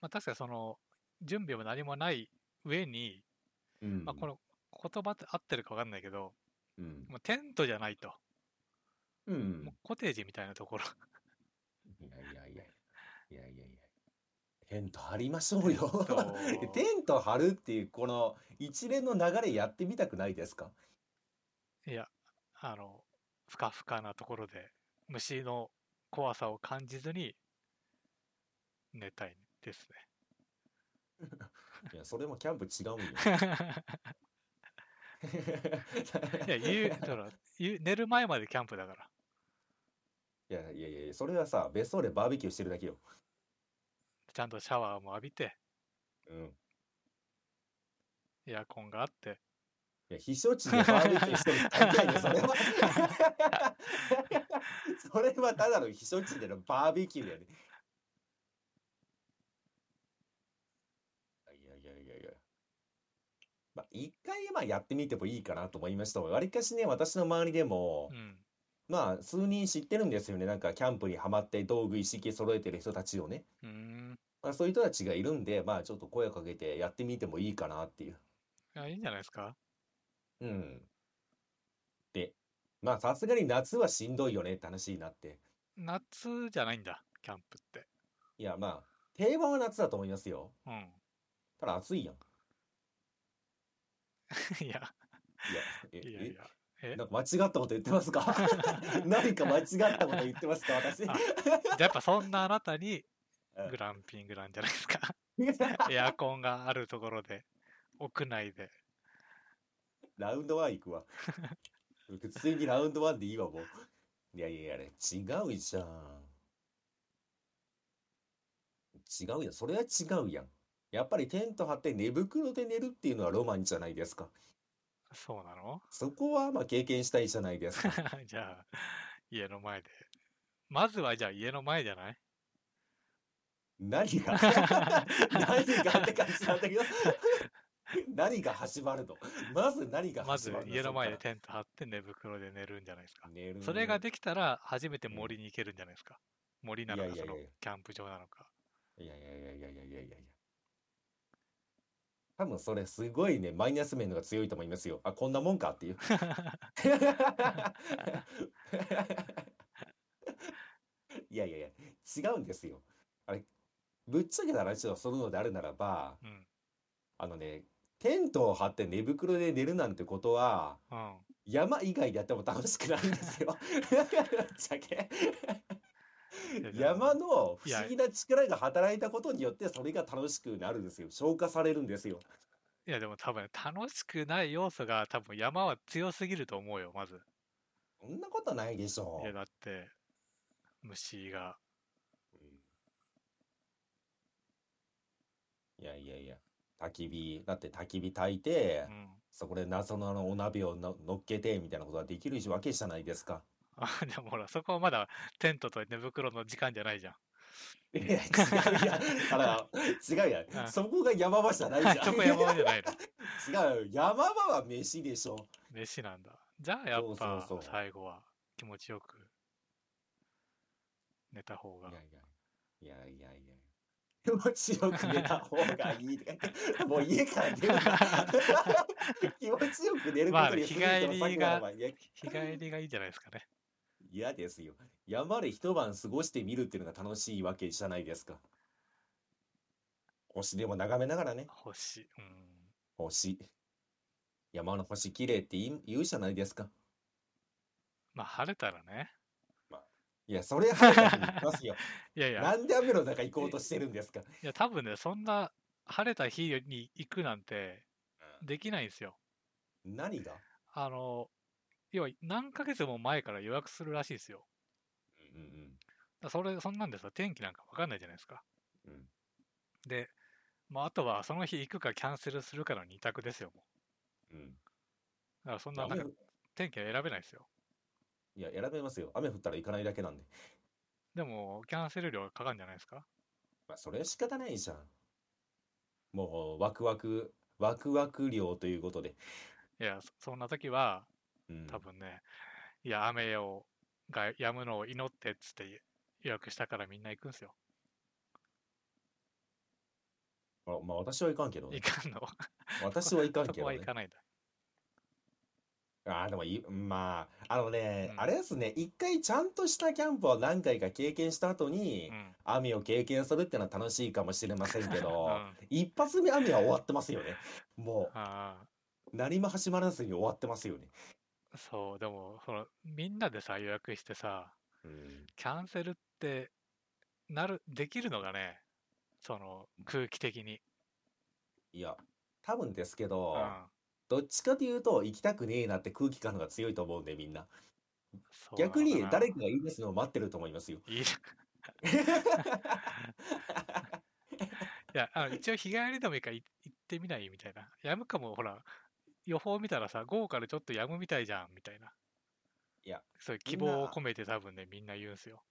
Speaker 2: まあ、確かその、準備も何もない上に、
Speaker 1: うん
Speaker 2: まあ、この言葉って合ってるか分かんないけど、
Speaker 1: うん。
Speaker 2: もうテントじゃないと。
Speaker 1: うん
Speaker 2: もうコテージみたいなところ。
Speaker 1: いやいやいや。いやいやいや。テント張りましょうよ。
Speaker 2: テント
Speaker 1: テント張るっていう、この一連の流れやってみたくないですか
Speaker 2: いや、あの、ふかふかなところで虫の怖さを感じずに寝たいです
Speaker 1: いや、それもキャンプ違うんよ。
Speaker 2: ね。 いや、言う、その言う寝る前までキャンプだから。
Speaker 1: いやいやいや、それはさ、別荘でバーベキューしてるだけよ。
Speaker 2: ちゃんとシャワーも浴びて、
Speaker 1: うん。
Speaker 2: エアコンがあって。
Speaker 1: いや、避暑地でバーベキューしてるだけやで、それは。 それはただの避暑地でのバーベキューやで、いやいやいやいや。まあ、一回まあやってみてもいいかなと思いました。わりかしね、私の周りでも
Speaker 2: う、ん。
Speaker 1: まあ、数人知ってるんですよね。なんか、キャンプにはまって道具一式揃えてる人たちをね。
Speaker 2: うーん。
Speaker 1: まあ、そういう人たちがいるんで、まあ、ちょっと声をかけてやってみてもいいかなっていう。
Speaker 2: いや、いいんじゃないですか。
Speaker 1: うん。で、まあさすがに夏はしんどいよねって話になって。
Speaker 2: 夏じゃないんだ、キャンプって。
Speaker 1: いやまあ、定番は夏だと思いますよ。
Speaker 2: うん。
Speaker 1: ただ暑いやん。
Speaker 2: い
Speaker 1: い
Speaker 2: や、
Speaker 1: や、え、
Speaker 2: いやいや。
Speaker 1: え、
Speaker 2: え
Speaker 1: なんか間違ったこと言ってます か何か間違ったこと言ってますか私。
Speaker 2: あじゃあやっぱそんなあなた に
Speaker 1: うん
Speaker 2: グランピングなんじゃないですか。 エアコンがあるところで、屋内で。
Speaker 1: ラウンドワン行くわ。普通にラウンドワンでいいわ、もう。いやいやいや、違うじゃん。違うやん。それは違うやん。やっぱりテント張って寝袋で寝るっていうのはロマンじゃないですか。
Speaker 2: そうなの
Speaker 1: そこはまあ経験したいじゃないですか。
Speaker 2: じゃあ、家の前で。まずはじゃあ家の前じゃない
Speaker 1: 何 が何がって感じなんだけど 何が始まるのまず何が
Speaker 2: まず
Speaker 1: 始まるの
Speaker 2: 家の前
Speaker 1: そ
Speaker 2: で
Speaker 1: っか。
Speaker 2: テント張って寝袋で寝るんじゃないですから
Speaker 1: 寝る
Speaker 2: それが
Speaker 1: い
Speaker 2: できたら初めて
Speaker 1: うん
Speaker 2: 森に行けるんじゃないですか。森なの
Speaker 1: いやい
Speaker 2: か
Speaker 1: や
Speaker 2: そ
Speaker 1: いや
Speaker 2: の
Speaker 1: いや
Speaker 2: キャンプ場なのか。
Speaker 1: やいやいやいやいやいやいや。多分それすごいね、マイナス面のが強いと思いますよ。あ、こんなもんかっていう。 いやいやいや、違うんですよ。あれ、ぶっちゃけた話をするのであるならば、
Speaker 2: うん。
Speaker 1: あのね、テントを張って寝袋で寝るなんてことは、
Speaker 2: うん。
Speaker 1: 山以外でやっても楽しくないんですよ。ぶっちゃけ。
Speaker 2: いやでも
Speaker 1: 山の不思
Speaker 2: いや
Speaker 1: 議な力が働いたことによって、それが楽しくなるんですよ。消化されるんですよ。
Speaker 2: いやでも多分楽しくない要素が多分山は強すぎると思うよ、まず。
Speaker 1: そんなことないでしょ
Speaker 2: いうや。だって虫が。
Speaker 1: いやいやいや、焚き火、だって焚き火焚いて
Speaker 2: う、ん。
Speaker 1: そこで謎のあのお鍋をの、乗っけてみたいなことができるわけじゃないですか。
Speaker 2: あでもほら、そこはまだテントと寝袋の時間じゃないじゃん。
Speaker 1: いや、違うや、あら、違うや
Speaker 2: うん
Speaker 1: ん、そこが山場じゃないじゃん。
Speaker 2: そこ山場じゃない
Speaker 1: 違
Speaker 2: の。
Speaker 1: うよ、山場は飯でしょ。
Speaker 2: 飯なんだ。じゃあやっ
Speaker 1: そうそう
Speaker 2: ぱ
Speaker 1: そう
Speaker 2: 最後は気持ちよく寝た方が
Speaker 1: い。やいや、いやいやいや。気持ちよく寝た方がいいとか言って、もう家から出るな。気持ちよく寝るこ
Speaker 2: まあ
Speaker 1: とに
Speaker 2: 日
Speaker 1: すべての
Speaker 2: 帰り
Speaker 1: 策
Speaker 2: が
Speaker 1: ならば、いや
Speaker 2: 日帰りがいいんじゃないですかね。
Speaker 1: 嫌ですよ。山で一晩過ごしてみるっていうのが楽しいわけじゃないですか。星でも眺めながらね、
Speaker 2: 星。うん。
Speaker 1: 星。山の星綺麗って言い言うじゃないですか。
Speaker 2: まあ晴れたらね。
Speaker 1: いや、それ晴れた日に行 きますよ。
Speaker 2: いやいや、
Speaker 1: なんで雨の中行こうとしてるんですか。
Speaker 2: いや多分ね、そんな晴れた日に行くなんてできないんですよ。
Speaker 1: 何が
Speaker 2: あの、要は何ヶ月も前から予約するらしいですよ。
Speaker 1: うんうん
Speaker 2: だそれ、そんなんでさ、天気なんかわかんないじゃないですか。
Speaker 1: うん。うん
Speaker 2: で、まああとはその日行くかキャンセルするかの二択ですよ、も
Speaker 1: うん。
Speaker 2: う。だからそんな、なんか
Speaker 1: 雨
Speaker 2: 天気は選べないですよ。
Speaker 1: いや、選べますよ。雨降ったら行かないだけなんで。
Speaker 2: でも、キャンセル料がかかるんじゃないですか
Speaker 1: まあ、それは仕方ないじゃん。もう、ワクワク、ワクワク量ということで。
Speaker 2: いや、そそんな時は、
Speaker 1: うん。
Speaker 2: 多分ね、いや、雨を、が止むのを祈ってっつって予約したからみんな行くんですよ。
Speaker 1: あまあ、私はいかんけどね
Speaker 2: 行。かんの。
Speaker 1: 私はいかん
Speaker 2: そ
Speaker 1: け
Speaker 2: こ
Speaker 1: ど
Speaker 2: は
Speaker 1: ね
Speaker 2: 行。かないんだ。
Speaker 1: ああ、でもいい、まあ、あのね、
Speaker 2: うん
Speaker 1: あれですね、一回ちゃんとしたキャンプを何回か経験した後に
Speaker 2: う、ん。
Speaker 1: 雨を経験するってのは楽しいかもしれませんけ
Speaker 2: う
Speaker 1: ど、
Speaker 2: ん。
Speaker 1: 一発目雨は終わってますよね。も
Speaker 2: あ
Speaker 1: う、何も始まらずに終わってますよね。
Speaker 2: あ、そう、でも、その、みんなでさ、予約してさ、
Speaker 1: うん。
Speaker 2: キャンセルって、なる、できるのがね、その、空気的に。
Speaker 1: いや、多分ですけ
Speaker 2: う
Speaker 1: ど、
Speaker 2: ん。
Speaker 1: どっちかというと、行きたくねえなって空気感の方が強いと思うんで、みんな。
Speaker 2: そうなのか
Speaker 1: 逆に
Speaker 2: な
Speaker 1: 誰かが言い出すのを待ってると思いますよ。
Speaker 2: いいじゃんいや、あの一応日帰りでもいいからい行ってみないみたいな。やむかも、ほら、予報見たらさ、午後からちょっとやむみたいじゃんみたいな。
Speaker 1: いや、
Speaker 2: そういう
Speaker 1: み
Speaker 2: 希
Speaker 1: ん
Speaker 2: 望を
Speaker 1: な
Speaker 2: 込めて多分ね、みんな言うんすよ。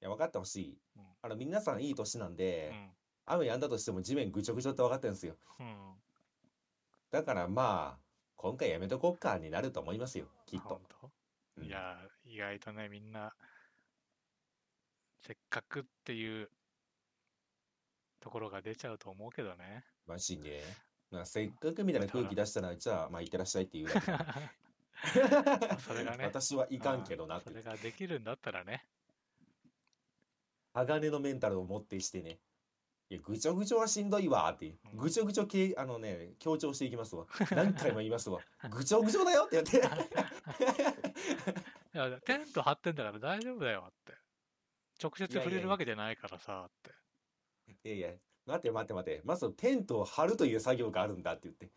Speaker 1: いや、分かってほしい
Speaker 2: うん。
Speaker 1: あの、皆さんいい年なん
Speaker 2: う
Speaker 1: で、
Speaker 2: ん。
Speaker 1: 雨止んだとしても地面ぐちょぐちょって分かってるんですよ。
Speaker 2: うん。
Speaker 1: だからまあ、今回やめとこっかになると思いますよ、きっ
Speaker 2: ほ
Speaker 1: と
Speaker 2: ん。と
Speaker 1: うん
Speaker 2: いやー、意外とね、みんな、せっかくっていうところが出ちゃうと思うけどね。
Speaker 1: マジで。まあ、せっかくみたいな空気出したら、じゃあ、まあ、行ってらっしゃいって言うだけなんで
Speaker 2: それがね
Speaker 1: 私 はいかんけどなっ
Speaker 2: そ
Speaker 1: て
Speaker 2: れ。ができるんだった らね。
Speaker 1: 鋼のメンタルを持ってしてね。いや、ぐちょぐちょはしんどいわーって。
Speaker 2: うん
Speaker 1: ぐちょぐちょ系、あのね、強調していきますわ。何回も言いますわ。ぐちょぐちょだよって言って。
Speaker 2: いや、テント張ってんだから大丈夫だよって。直接
Speaker 1: いやいや
Speaker 2: 触れ
Speaker 1: い
Speaker 2: る
Speaker 1: や
Speaker 2: わけじゃないからさって。
Speaker 1: いやいや、待て待て待て。まずテントを張るという作業があるんだって言って。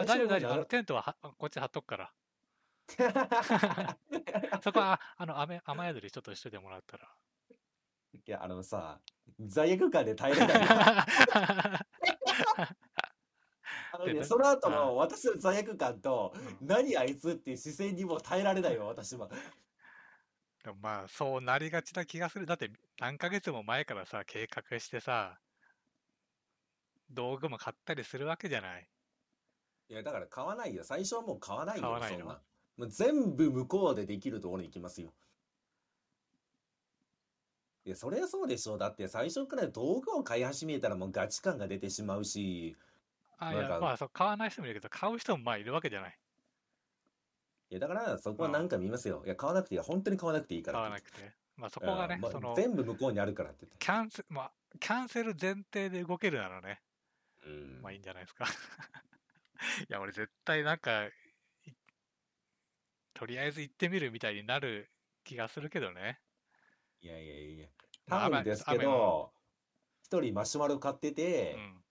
Speaker 2: あ大丈夫大丈夫。あ
Speaker 1: な
Speaker 2: のテントははこっち張っとく から。そこは、ああの雨雨宿りちょっとしといてもらったら。
Speaker 1: いや、あのさ、罪悪感で耐えれ ない。あの
Speaker 2: で
Speaker 1: ね、
Speaker 2: ね
Speaker 1: その後
Speaker 2: ああ
Speaker 1: の私の罪悪感と、何あいつっていう視線にも耐えられないよ、私は。
Speaker 2: でもまあそうなりがちな気がする。だって何ヶ月も前からさ、計画してさ、道具も買ったりするわけじゃない。
Speaker 1: いや、だから買わないよ。最初はもう買わないよ、
Speaker 2: 買わない
Speaker 1: そん
Speaker 2: の
Speaker 1: な。もう全部向こうでできるところに行きますよ。いや、それはそうでしょう。だって最初から道具を買い始めたらもうガチ感が出てしまうし、
Speaker 2: あいや
Speaker 1: なんか
Speaker 2: まあそう買わない人もいるけど、買う人もまあいるわけじゃない。
Speaker 1: いや、だからそこは何か見ますよ。いや、買わなくていいよ。本当に買わなくていいか
Speaker 2: 買
Speaker 1: ら
Speaker 2: わ
Speaker 1: っ
Speaker 2: な
Speaker 1: て
Speaker 2: くて。まあそこ
Speaker 1: 言って
Speaker 2: がね
Speaker 1: うん、まあ
Speaker 2: その、
Speaker 1: 全部向こうにあるからって言って。
Speaker 2: キャンセル、まあ、キャンセル前提で動けるならね、
Speaker 1: うん
Speaker 2: まあいいんじゃないですか。 いや、俺絶対なんか、いとりあえず行ってみるみたいになる気がするけどね。
Speaker 1: いやいやいや。
Speaker 2: まあ
Speaker 1: 多
Speaker 2: 雨
Speaker 1: 分ですけ
Speaker 2: 雨の
Speaker 1: ど、一人マシュマロ買って
Speaker 2: う
Speaker 1: て、
Speaker 2: ん。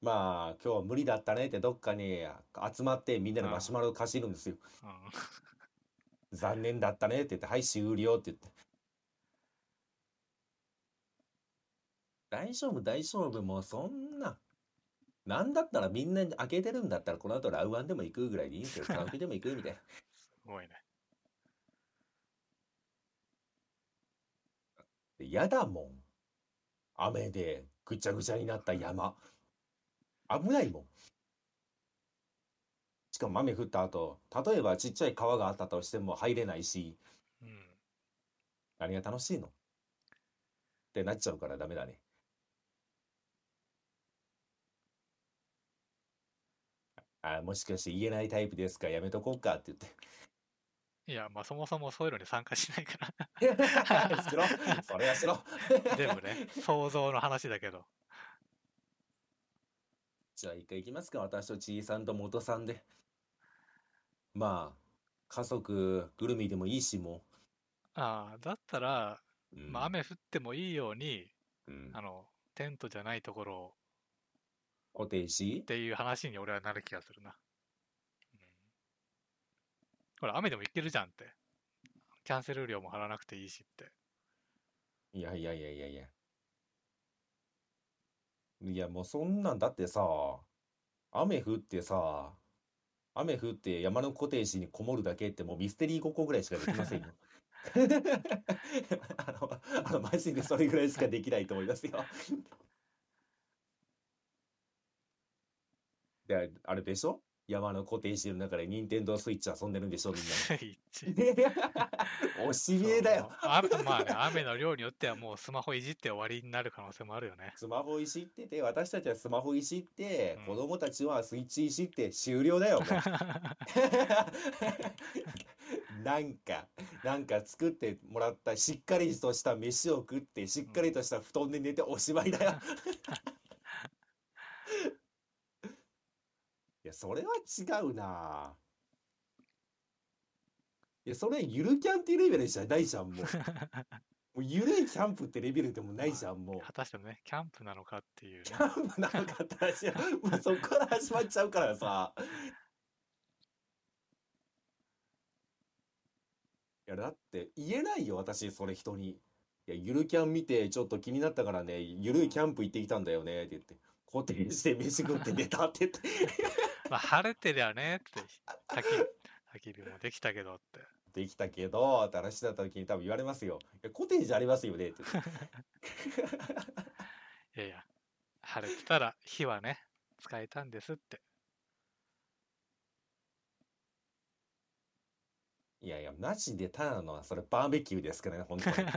Speaker 1: まあ今日は無理だったねってどっかに集まってみんなでマシュマロ貸しるんですよ。
Speaker 2: うん
Speaker 1: 残念だったねって言って、はい、終了って言って。大丈夫、大丈夫、もうそんな。なんだったらみんなに開けてるんだったらこの後ラウアンでも行くぐらいでいいんですよ。カラオケでも行くみたいな。
Speaker 2: す ごいね。
Speaker 1: やだもん。雨でぐちゃぐちゃになった山。危ないもん。しかも雨降った後、例えばちっちゃい川があったとしても入れないし、
Speaker 2: うん。
Speaker 1: 何が楽しいのってなっちゃうからダメだね。あ、もしかして言えないタイプですかやめとこうかって言って。
Speaker 2: いや、まあそもそもそういうのに参加しないから。
Speaker 1: しろそれはしろ
Speaker 2: 全部ね、想像の話だけど。
Speaker 1: じゃあ一回行きますか。私とちいさんと元さんで。まあ、家族ぐるみでもいいし、も
Speaker 2: ああ、だったら、
Speaker 1: う。うん
Speaker 2: まあ雨降ってもいいように、
Speaker 1: うん
Speaker 2: あの、テントじゃないところを
Speaker 1: 固定し
Speaker 2: っ、ていう話に俺はなる気がするな。うんほら、雨でも行けるじゃんって。キャンセル料も払わなくていいしって。
Speaker 1: いやいやいやいやいや。いやもうそんなんだってさ、雨降ってさ、雨降って山のコテージにこもるだけってもうミステリー5個ぐらいしかできませんよ。あの、あのマジでそれぐらいしかできないと思いますよ。で、あれでしょ山のコテージの中で任天堂スイッチ遊んでるんでしょみんな。
Speaker 2: 一
Speaker 1: おしめえだよ。
Speaker 2: あまあね、雨の量によってはもうスマホいじって終わりになる可能性もあるよね。
Speaker 1: スマホいじってて、私たちはスマホいじって、
Speaker 2: うん
Speaker 1: 子供たちはスイッチいじって終了だよ、も うなんか、なんか作ってもらった、しっかりとした飯を食って、しっかりとした布団で寝ておしまいだよ。 いや、それは違うな。いや、それゆるキャンっていうレベルじゃないじゃん、 もう。もうゆるいキャンプってレベルでもないじゃん、もう。
Speaker 2: 果たしてね、キャンプなのかっていう、ね
Speaker 1: キ。ャンプなのかって話は、 もうそこから始まっちゃうからさ。いや、だって言えないよ、私、それ人に。いや、ゆるキャン見て、ちょっと気になったからね、ゆるいキャンプ行ってきたんだよね、って言って。コテージで飯食って寝たって言って。
Speaker 2: まあ晴れてりゃねって、焚き焚き火もできたけどって。
Speaker 1: できたけど、って話だった時に多分言われますよ。いや、コテージありますよね、って言って。
Speaker 2: いやいや、晴れてたら火はね、使えたんですって。
Speaker 1: いやいや、マジでただの、それバーベキューですからね、本当に。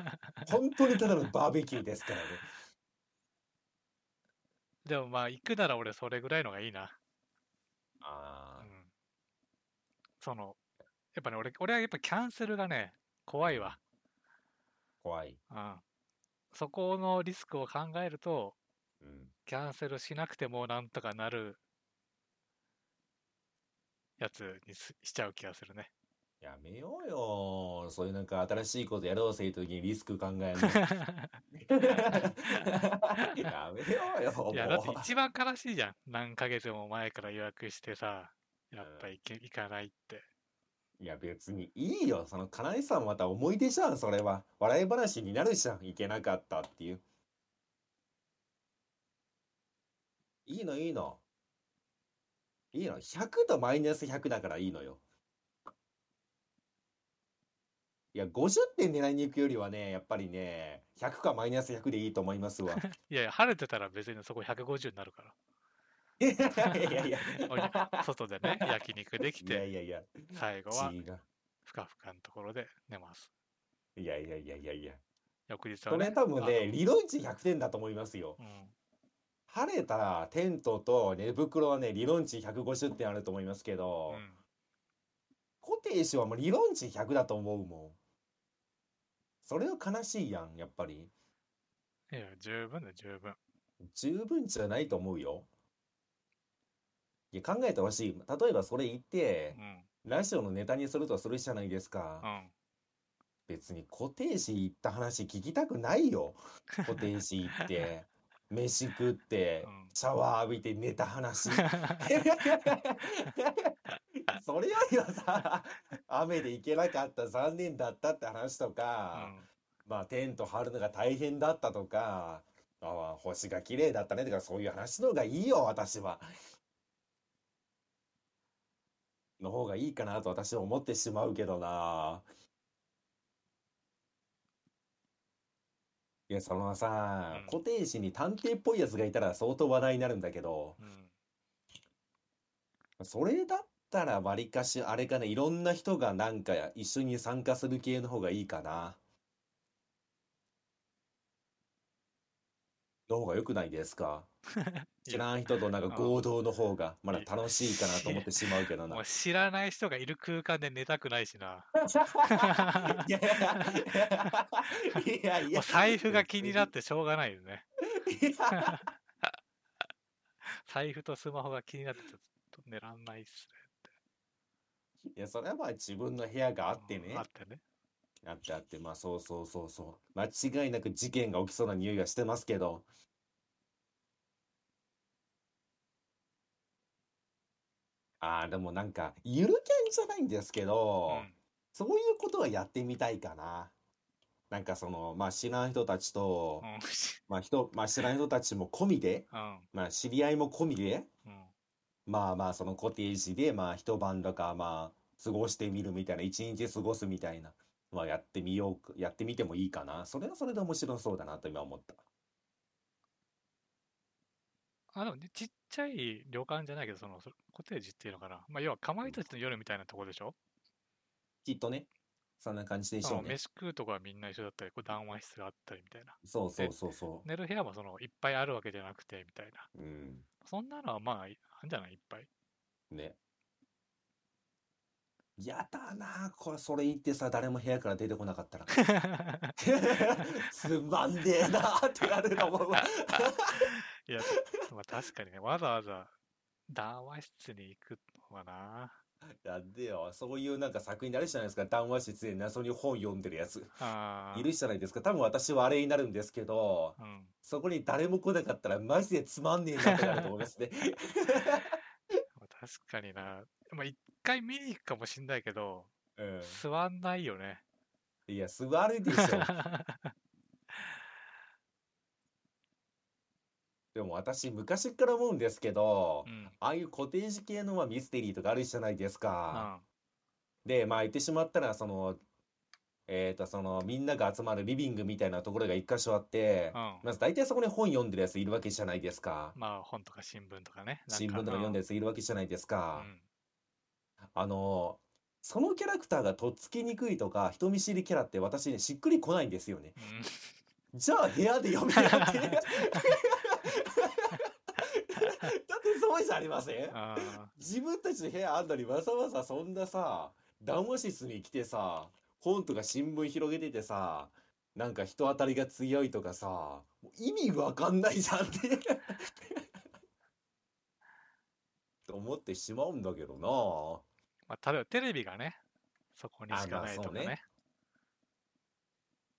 Speaker 1: 本当にただのバーベキューですからね。
Speaker 2: でもまあ行くなら俺それぐらいのがいいな。
Speaker 1: ああ。
Speaker 2: うんその、やっぱね、俺、俺はやっぱキャンセルがね、怖いわ。
Speaker 1: 怖い。
Speaker 2: うん。そこのリスクを考えると、
Speaker 1: うん。
Speaker 2: キャンセルしなくてもなんとかなるやつにすしちゃう気がす るね。
Speaker 1: やめようよ。そういうなんか新しいことやろうぜいう時にリスク考える の。やめようよ、
Speaker 2: いや、だって
Speaker 1: もう。
Speaker 2: 一番悲しいじゃん。何ヶ月も前から予約してさ、やっぱ行け行かないって。
Speaker 1: いや、別にいいよ。その、かなえさんまた思い出じゃん、それは。笑い話になるじゃん。いけなかったっていう。いいの、いいの。いいの。100とマイナス100だからいいのよ。いや、50点狙いに行くよりはね、やっぱりね、100かマイナス100でいいと思いますわ。
Speaker 2: いやいや、晴れてたら別にそこ150になるから。
Speaker 1: いやいや いや。
Speaker 2: おに外で ね、焼肉でき
Speaker 1: いや
Speaker 2: て、
Speaker 1: いやいや。
Speaker 2: 最後は
Speaker 1: 違う。
Speaker 2: ふかふかのところで寝ます。
Speaker 1: いやいやいやいやいや。
Speaker 2: 翌日は
Speaker 1: こ
Speaker 2: ね。
Speaker 1: れ多分
Speaker 2: あ
Speaker 1: ね、理論値100点だと思いますよ。
Speaker 2: のうん、
Speaker 1: 晴れたらテントと寝袋はね、理論値150点あると思いますけど、
Speaker 2: うん
Speaker 1: コテージはもう理論値100だと思うもん。それは悲しいやん、やっぱり。
Speaker 2: いや、十分で十分。
Speaker 1: 十分じゃないと思うよ。いや、考えてほしい。例えばそれ言っ
Speaker 2: う
Speaker 1: て、
Speaker 2: ん。
Speaker 1: ラジオのネタにするとするじゃないですか
Speaker 2: う。ん。
Speaker 1: 別に固定士行った話聞きたくないよ。固定士行 って、飯食って
Speaker 2: うん、
Speaker 1: シャワー浴びて寝た話。 それよりはさ、雨で行けなかった、残念だったって話と
Speaker 2: う
Speaker 1: か、
Speaker 2: ん。
Speaker 1: まあテント張るのが大変だったとか、ああ、星が綺麗だったねとか、そういう話の方がいいよ、私は。の方がいいかなと私は思ってしまうけどな。いや、そのさ
Speaker 2: う、ん
Speaker 1: 固定士に探偵っぽいやつがいたら相当話題になるんだけど、
Speaker 2: うん。
Speaker 1: それだったらわりかし、あれかね、いろんな人がなんか一緒に参加する系の方がいいかな。の方が良くないです か知らん人となんか合同の方がまだ楽しいかなと思ってしまうけどな
Speaker 2: もう。知らない人がいる空間で寝たくないしな。
Speaker 1: いやいやい
Speaker 2: も
Speaker 1: や
Speaker 2: う財布が気 になってしょうがないよね。財布とスマホが気になってちょっと寝らんないっす
Speaker 1: いやそれはまあ自分の部屋が
Speaker 2: ね。
Speaker 1: あってね
Speaker 2: うんあってね。
Speaker 1: あってあってまあそうそうそうそう間違いなく事件が起きそうな匂いがしてますけどああでもなんかゆるキャンじゃないんですけ
Speaker 2: う
Speaker 1: ど、
Speaker 2: ん。
Speaker 1: そういうことはやってみたいかななんかそのまあ知らん人たちと、
Speaker 2: うん。
Speaker 1: まあ人まあ知らん人たちも込みで
Speaker 2: うん。
Speaker 1: まあ知り合いも込みで
Speaker 2: うん。
Speaker 1: まあまあそのコテージでまあ一晩とかまあ過ごしてみるみたいな一日過ごすみたいなまあやってみようかやってみてもいいかなそれはそれで面白そうだなと今思った
Speaker 2: あ、でもねちっちゃい旅館じゃないけど、そのそコテージっていうのかな。まあ、要はかまいたちの夜みたいなとこでしょ。
Speaker 1: きっとねそんな感じでし
Speaker 2: そ
Speaker 1: ょ
Speaker 2: の
Speaker 1: うね
Speaker 2: 飯食うとこはみんな一緒だったり、こう談話室があったりみたいな。
Speaker 1: そうそうそうそ
Speaker 2: 寝る部屋もそのいっぱいあるわけじゃなくてみたいな。
Speaker 1: ううん
Speaker 2: そんなのはまあ、いあんじゃないいっ ぱい。
Speaker 1: ねやだなこれそれ言ってさ誰も部屋から出てこなかったらつまんねえなってなると思う わ
Speaker 2: いや、まあ確かにね、わざわざ談話室に行くのはな。
Speaker 1: なんでよそういうなんか作品であるじゃないですか談話室で謎に本読んでるやつ
Speaker 2: あー
Speaker 1: いるじゃないですか。多分私はあれになるんですけど、
Speaker 2: うん。
Speaker 1: そこに誰も来なかったらマジでつまんねえなってなると思いますね。
Speaker 2: まあ確かにな。まあ一回見に行くかもしんないけど、
Speaker 1: うん。
Speaker 2: 座んないよね。
Speaker 1: いや、座るでしょ。 でも私昔から思うんですけど
Speaker 2: う、ん。
Speaker 1: ああいうコテージ系のまあミステリーとかあるじゃないです
Speaker 2: う
Speaker 1: か。
Speaker 2: ん。
Speaker 1: で、まあ言ってしまったら、その、えーと、そのみんなが集まるリビングみたいなところが一箇所あって
Speaker 2: う、ん。
Speaker 1: まず大体そこに本読んでるやついるわけじゃないですか。
Speaker 2: まあ本とか新聞とかね。なん
Speaker 1: 新聞とか読んでるやついるわけじゃないです
Speaker 2: う
Speaker 1: か。
Speaker 2: ん。
Speaker 1: あのそのキャラクターがとっつきにくいとか人見知りキャラって私ねしっくりこないんですよね
Speaker 2: うん
Speaker 1: じゃあ部屋で読め よってだって そうじゃありません
Speaker 2: あー
Speaker 1: 自分たちの部屋あんのにわざわざそんなさ談話室に来てさ本とか新聞広げててさなんか人当たりが強いとかさもう意味わかんないじゃんって と思ってしまうんだけどなぁ。
Speaker 2: まあ、例えばテレビがね、そこに
Speaker 1: あ
Speaker 2: しか
Speaker 1: まあ
Speaker 2: ないと
Speaker 1: そ
Speaker 2: か
Speaker 1: うね
Speaker 2: ね。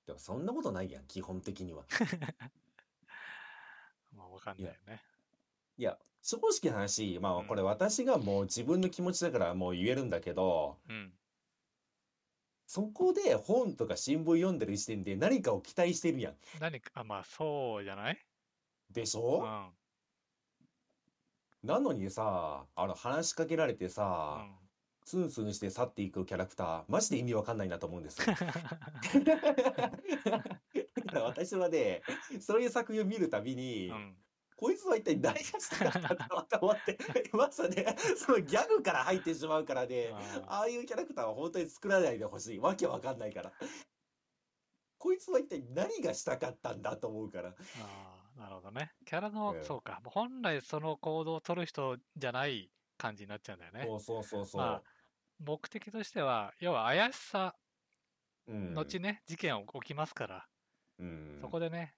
Speaker 1: でもそんなことないやん、基本的には。
Speaker 2: まあわかんないよね。
Speaker 1: いや、正直な話、ま
Speaker 2: う
Speaker 1: あ
Speaker 2: ん
Speaker 1: これ私がもう自分の気持ちだからもう言えるんだけど、
Speaker 2: うん。
Speaker 1: そこで本とか新聞読んでる時点で何かを期待してるやん。
Speaker 2: 何か、あ、まあそうじゃない
Speaker 1: でし
Speaker 2: う
Speaker 1: ょ
Speaker 2: ん。
Speaker 1: なのにさ、あの話しかけられて
Speaker 2: う
Speaker 1: さ、
Speaker 2: ん。
Speaker 1: スンスンして去っていくキャラクター、マジで意味わかんないなと思うんです よ。だから私はね、そういう作品を見るたび
Speaker 2: う
Speaker 1: に、
Speaker 2: ん。
Speaker 1: こいつは一体何がしたかったんだろうと思って まずねそのギャグから入ってしまうからね
Speaker 2: あ
Speaker 1: ああいうキャラクターは本当に作らないでほしいわけわかんないからこいつは一体何がしたかったんだと思うから
Speaker 2: ーあー、なるほどね。キャラの
Speaker 1: う、ん
Speaker 2: そうか。本来その行動を取る人じゃない感じになっちゃうんだよね。
Speaker 1: そうそうそうそう、
Speaker 2: まあ目的としては、要は怪しさ、
Speaker 1: うん
Speaker 2: 後ね、事件は起きますから、
Speaker 1: うん
Speaker 2: そこでね、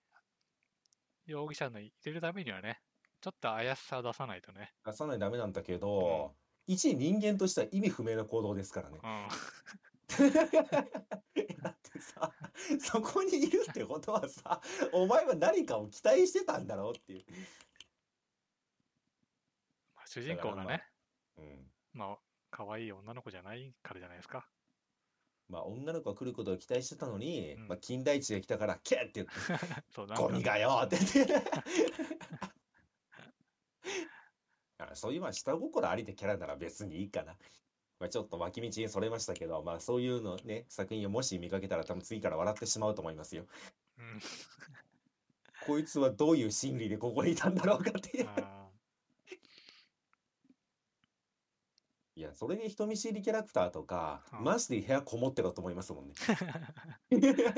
Speaker 2: 容疑者の入れるためにはね、ちょっと怪しさを出さないとね。
Speaker 1: 出さないとダメなんだけど、一人間としては意味不明な行動です からね
Speaker 2: うん。
Speaker 1: だってさそこにいるってことはさお前は何かを期待してたんだろうっていう、
Speaker 2: まあ主人公
Speaker 1: だか
Speaker 2: が
Speaker 1: らま
Speaker 2: ね
Speaker 1: あ、うん
Speaker 2: まあ、可愛い女の子じゃないからじゃないですか。
Speaker 1: まあ女の子が来ることを期待してたのに、
Speaker 2: うん
Speaker 1: まあ金田一が来たから、けって言って、
Speaker 2: そうなんか
Speaker 1: ゴミがよって言って。あそういうまあ下心ありでキャラなら別にいいかな。まあちょっと脇道にそれましたけど、まあそういうのね、作品をもし見かけたら多分次から笑ってしまうと思いますよ。
Speaker 2: うん。
Speaker 1: こいつはどういう心理でここにいたんだろうかっていう。
Speaker 2: あ
Speaker 1: いや、それで人見知りキャラクターとか
Speaker 2: う、ん
Speaker 1: マジで部屋こもってたと思いますもんね。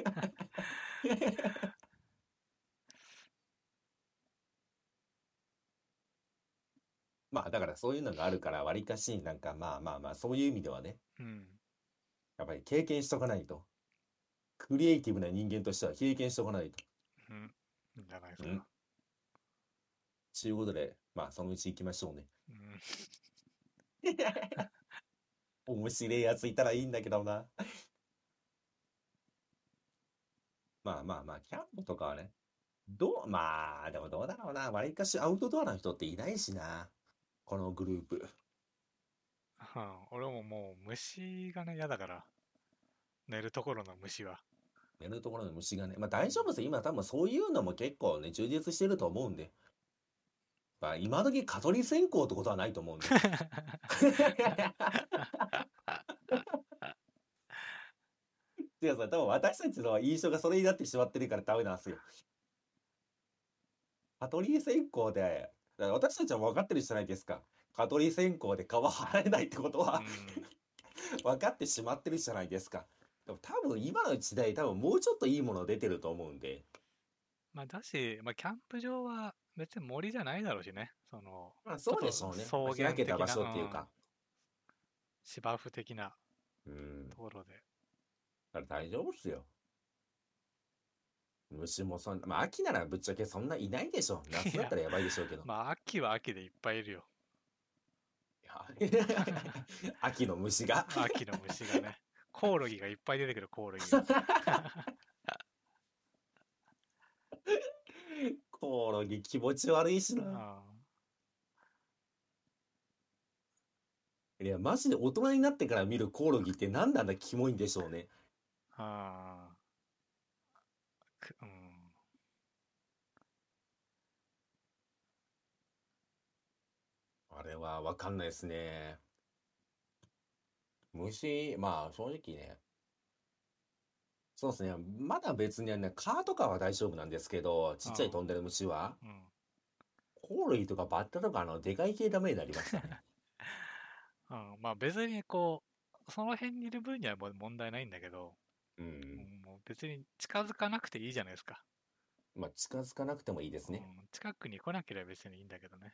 Speaker 1: まあだからそういうのがあるから、わりかしなんかまあまあまあ、そういう意味ではね、
Speaker 2: ーうん。
Speaker 1: やっぱり経験しとかないと。クリエイティブな人間としては経験しとかないと。
Speaker 2: うん。いいんじゃないです
Speaker 1: うん
Speaker 2: か。
Speaker 1: ということで、まあそのうち行きましょうね。
Speaker 2: うん。
Speaker 1: 面白いやついたらいいんだけどな。まあまあまあ、キャンプとかはね、どう、まあ、でもどうだろうな。わりかしアウトドアの人っていないしな。このグループ。
Speaker 2: うん俺ももう虫がね、嫌だから。寝るところの虫は。
Speaker 1: 寝るところの虫がね。まあ大丈夫ですよ。今多分そういうのも結構ね、充実してると思うんで。まあ今時蚊取り線香ってことはないと思うんで。違うさ、多分私たちの印象がそれになってしまってるからダメなんですよ。蚊取り線香で、だから私たちは分かってるじゃないですか。蚊取り線香で皮払えないってこと
Speaker 2: う
Speaker 1: は
Speaker 2: ん
Speaker 1: 分かってしまってるじゃないですか。でも多分今の時代多分もうちょっといいもの出てると思うんで。
Speaker 2: まあだし、まあキャンプ場は別に森じゃないだろうしね。その、
Speaker 1: まあそうでしょうね。
Speaker 2: ちょっと草原
Speaker 1: 開けた
Speaker 2: 的な
Speaker 1: 場所っていうか。
Speaker 2: 芝生的な
Speaker 1: うん。
Speaker 2: ところで。
Speaker 1: だから大丈夫っすよ。虫もそんな、まあ秋ならぶっちゃけそんないないでしょ。夏だったらやばいでしょうけど。
Speaker 2: まあ秋は秋でいっぱいいるよ。
Speaker 1: いや 秋の虫が。
Speaker 2: 秋の虫 がね。コオロギがいっぱい出てくるコオロギが。
Speaker 1: コオロギ気持ち悪いしな。いや、マジで大人になってから見るコオロギって何なんだキモいんでしょうね。
Speaker 2: ああー。くうん。
Speaker 1: あれはわかんないですね。虫、まあ正直ね。そうですね。まだ別にね、蚊とかは大丈夫なんですけど、ちっちゃい飛んでる虫は、
Speaker 2: うん。
Speaker 1: コオロギとかバッタとかあの、でかい系ダメになりましたね。
Speaker 2: うん、まあ別にこう、その辺にいる分にはもう問題ないんだけど、
Speaker 1: うん。
Speaker 2: もう別に近づかなくていいじゃないですか。
Speaker 1: まあ近づかなくてもいいですね。
Speaker 2: うん、近くに来なければ別にいいんだけどね。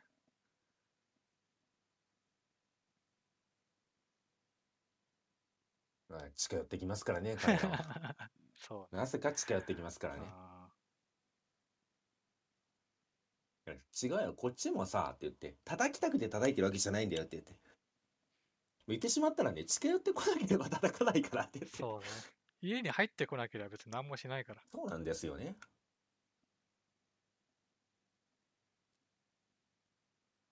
Speaker 1: はい近寄ってきますからね、彼ら は。
Speaker 2: そ
Speaker 1: なぜか近寄ってきますか
Speaker 2: う。
Speaker 1: らね。
Speaker 2: あ
Speaker 1: 違うよ、こっちもさ、って言って、叩きたくて叩いてるわけじゃないんだよって言って。言ってしまったらね、近寄ってこなければ叩かないからって言っ
Speaker 2: ー
Speaker 1: て。
Speaker 2: そうね。家に入ってこなければ別に何もしないから。
Speaker 1: そうなんですよね。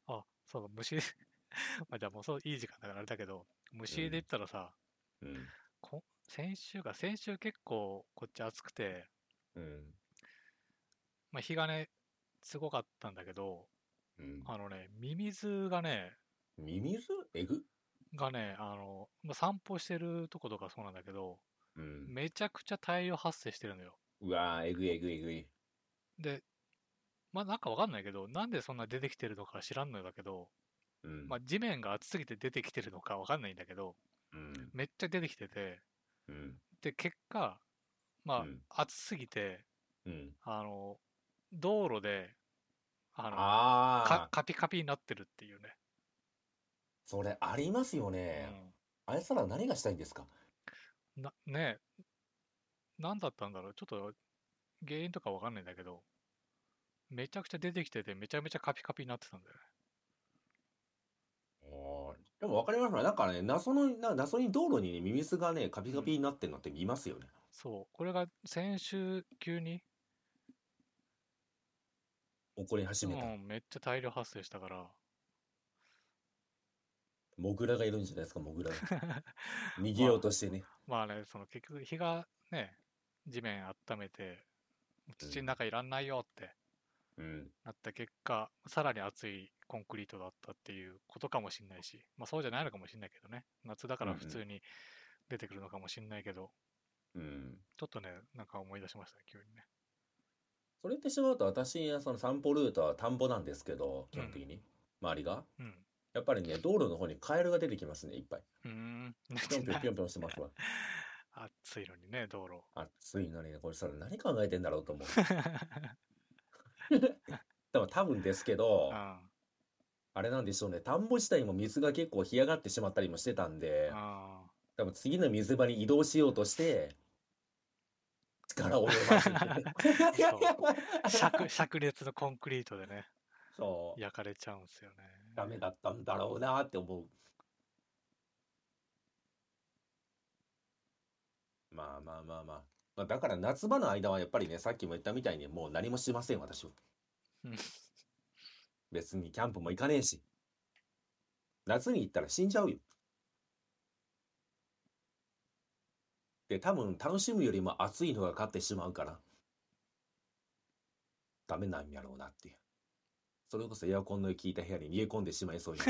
Speaker 2: あ、そうだ、虫、 まあじゃあもうそう、いい時間だからあれだけど、虫で言ったらさ、
Speaker 1: うん。
Speaker 2: こ先週が、先週結構こっち暑くて、
Speaker 1: うん。
Speaker 2: まあ日がね、すごかったんだけど、
Speaker 1: うん。
Speaker 2: あのね、ミミズがね、
Speaker 1: ミミズえぐ
Speaker 2: がね、あの、まあ、散歩してるとことかそうなんだけど、
Speaker 1: うん。
Speaker 2: めちゃくちゃ大量発生してるのよ。
Speaker 1: うわー、えぐいえぐいえぐい。
Speaker 2: で、まあなんかわかんないけど、なんでそんな出てきてるのか知らんのだけど、
Speaker 1: うん。
Speaker 2: まあ地面が熱すぎて出てきてるのかわかんないんだけど、
Speaker 1: うん。
Speaker 2: めっちゃ出てきてて、
Speaker 1: うん。
Speaker 2: で、結果、ま
Speaker 1: うん
Speaker 2: あ暑すぎて、
Speaker 1: うん。
Speaker 2: あの、道路で、あの、か
Speaker 1: あー、
Speaker 2: カピカピになってるっていうね。
Speaker 1: それありますよね。あいつら何がしたいんですか
Speaker 2: うん、なねえ何だったんだろうちょっと原因とかわかんないんだけど、めちゃくちゃ出てきてて、めちゃめちゃカピカピになってたんだよね。
Speaker 1: おーでも分かりますね。なんかね、謎の、な謎に道路にね、ミミズがね、カピカピになってるのって見ますよね。
Speaker 2: そう、これが先週急に、
Speaker 1: 起こり始
Speaker 2: う
Speaker 1: めた。
Speaker 2: ん、めっちゃ大量発生したから、
Speaker 1: モグラがいるんじゃないですか、モ グラが。逃げようとしてね。
Speaker 2: まあね、その結局日がね、地面温めて、土の中いらんないよって
Speaker 1: うん。
Speaker 2: なった結果、さらに熱いコンクリートだったっていうことかもしんないし、まあそうじゃないのかもしんないけどね、夏だから
Speaker 1: うんうん
Speaker 2: 普通に出てくるのかもしんないけど、
Speaker 1: うん。
Speaker 2: ちょっとね、なんか思い出しましたね、急にね。
Speaker 1: それってしまうと、私、その散歩ルートは田んぼなんですけど、基本的に。周りが。
Speaker 2: うん。
Speaker 1: やっぱりね、道路の方にカエルが出てきますね、いっぱい。
Speaker 2: うーん。
Speaker 1: ぴょんぴょんぴょんぴょんしてますわ。
Speaker 2: 暑いのにね、道路。
Speaker 1: 暑いのにね、これそれ何考えてんだろうと思う。 でも多分ですけど
Speaker 2: う、ん。
Speaker 1: あれなんでしょうね、田んぼ自体も水が結構干上がってしまったりもしてたんで、
Speaker 2: あ
Speaker 1: 多分次の水場に移動しようとして、力を及ばす。
Speaker 2: あ。灼 灼熱のコンクリートでね、
Speaker 1: そう。
Speaker 2: 焼かれちゃうんですよね。
Speaker 1: ダ メだったんだろうなって思う。まあまあまあまあ。まあ、だから夏場の間はやっぱりね、さっきも言ったみたいにもう何もしません、私は
Speaker 2: うん。
Speaker 1: 別にキャンプも行かねえし。夏に行ったら死んじゃうよ。で、多分楽しむよりも暑いのが勝ってしまうから、ダメなんやろうなっていう。それこそエアコンの効いた部屋に逃げ込んでしまいそうにな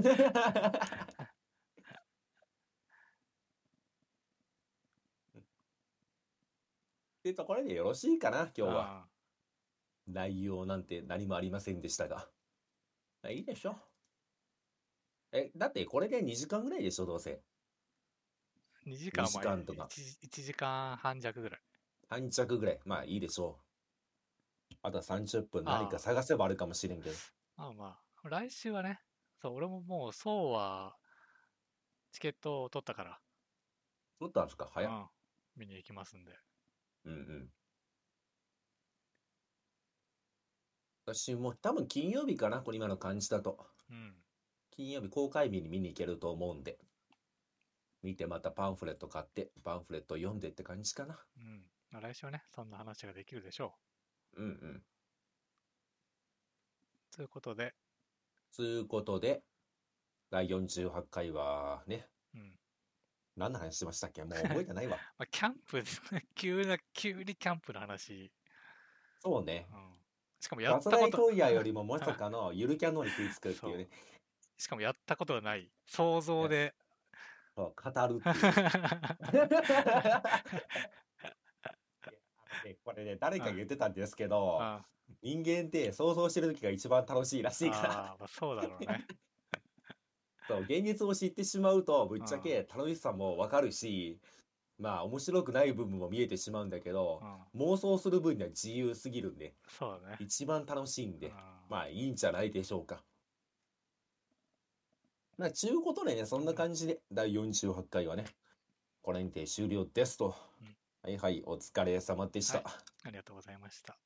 Speaker 1: る。ってところでよろしいかな、今日は。
Speaker 2: あ
Speaker 1: 内容なんて何もありませんでしたが。まあいいでしょ。え、だってこれで2時間ぐらいでしょ、どうせ。
Speaker 2: ー。2時間は
Speaker 1: 二時間とか
Speaker 2: 1, 時間半弱ぐらい。
Speaker 1: 半着ぐらい。まあいいでしょう。あとは30分
Speaker 2: ああ
Speaker 1: 何か探せばあるかもしれんけど。
Speaker 2: まあまあ、来週はね、そう、俺ももう、そうは、チケットを取ったから、
Speaker 1: どうだったんですか
Speaker 2: う
Speaker 1: 早っ。
Speaker 2: ん、見に行きますんで。
Speaker 1: うんうん。私も多分金曜日かな、これ今の感じだと。
Speaker 2: うん。
Speaker 1: 金曜日公開日に見に行けると思うんで。見てまたパンフレット買って、パンフレット読んでって感じかな。
Speaker 2: うん。まあ来週はね、そんな話ができるでしょ
Speaker 1: うんうん。
Speaker 2: う。ということで、
Speaker 1: つうことで、第48回はね、
Speaker 2: うん。
Speaker 1: 何の話しましたっけもう覚えて ないわ。
Speaker 2: まあ、キャンプですね、急な、急にキャンプの話。
Speaker 1: そうね
Speaker 2: う。ん。しかもやっ
Speaker 1: ガス
Speaker 2: た
Speaker 1: ラ
Speaker 2: こ
Speaker 1: イ
Speaker 2: と
Speaker 1: ト、イヤーよりもまさか のゆるキャノンに食いつくっていうね、
Speaker 2: しかもやったことがない。想像で。
Speaker 1: そう語るってい う。いやあのねこれね、誰かが言ってたんですけど、
Speaker 2: あ
Speaker 1: 人間って想像してる時が一番楽しいらしいから、
Speaker 2: あー、まあ、そうだろうね。
Speaker 1: そう現実を知ってしまうと、ぶっちゃけ楽しさもわかるし、まあ面白くない部分も見えてしまうんだけど
Speaker 2: う、ん、
Speaker 1: 妄想する分には自由すぎるん で、
Speaker 2: そうだね。
Speaker 1: 一番楽しいんで、
Speaker 2: あ、
Speaker 1: まあいいんじゃないでしょうか。まあ、ちゅうことでね、そんな感じで、第48回はね、これにて終了ですと
Speaker 2: うん。
Speaker 1: はいはい、お疲れ様でした。
Speaker 2: ありがとうございました。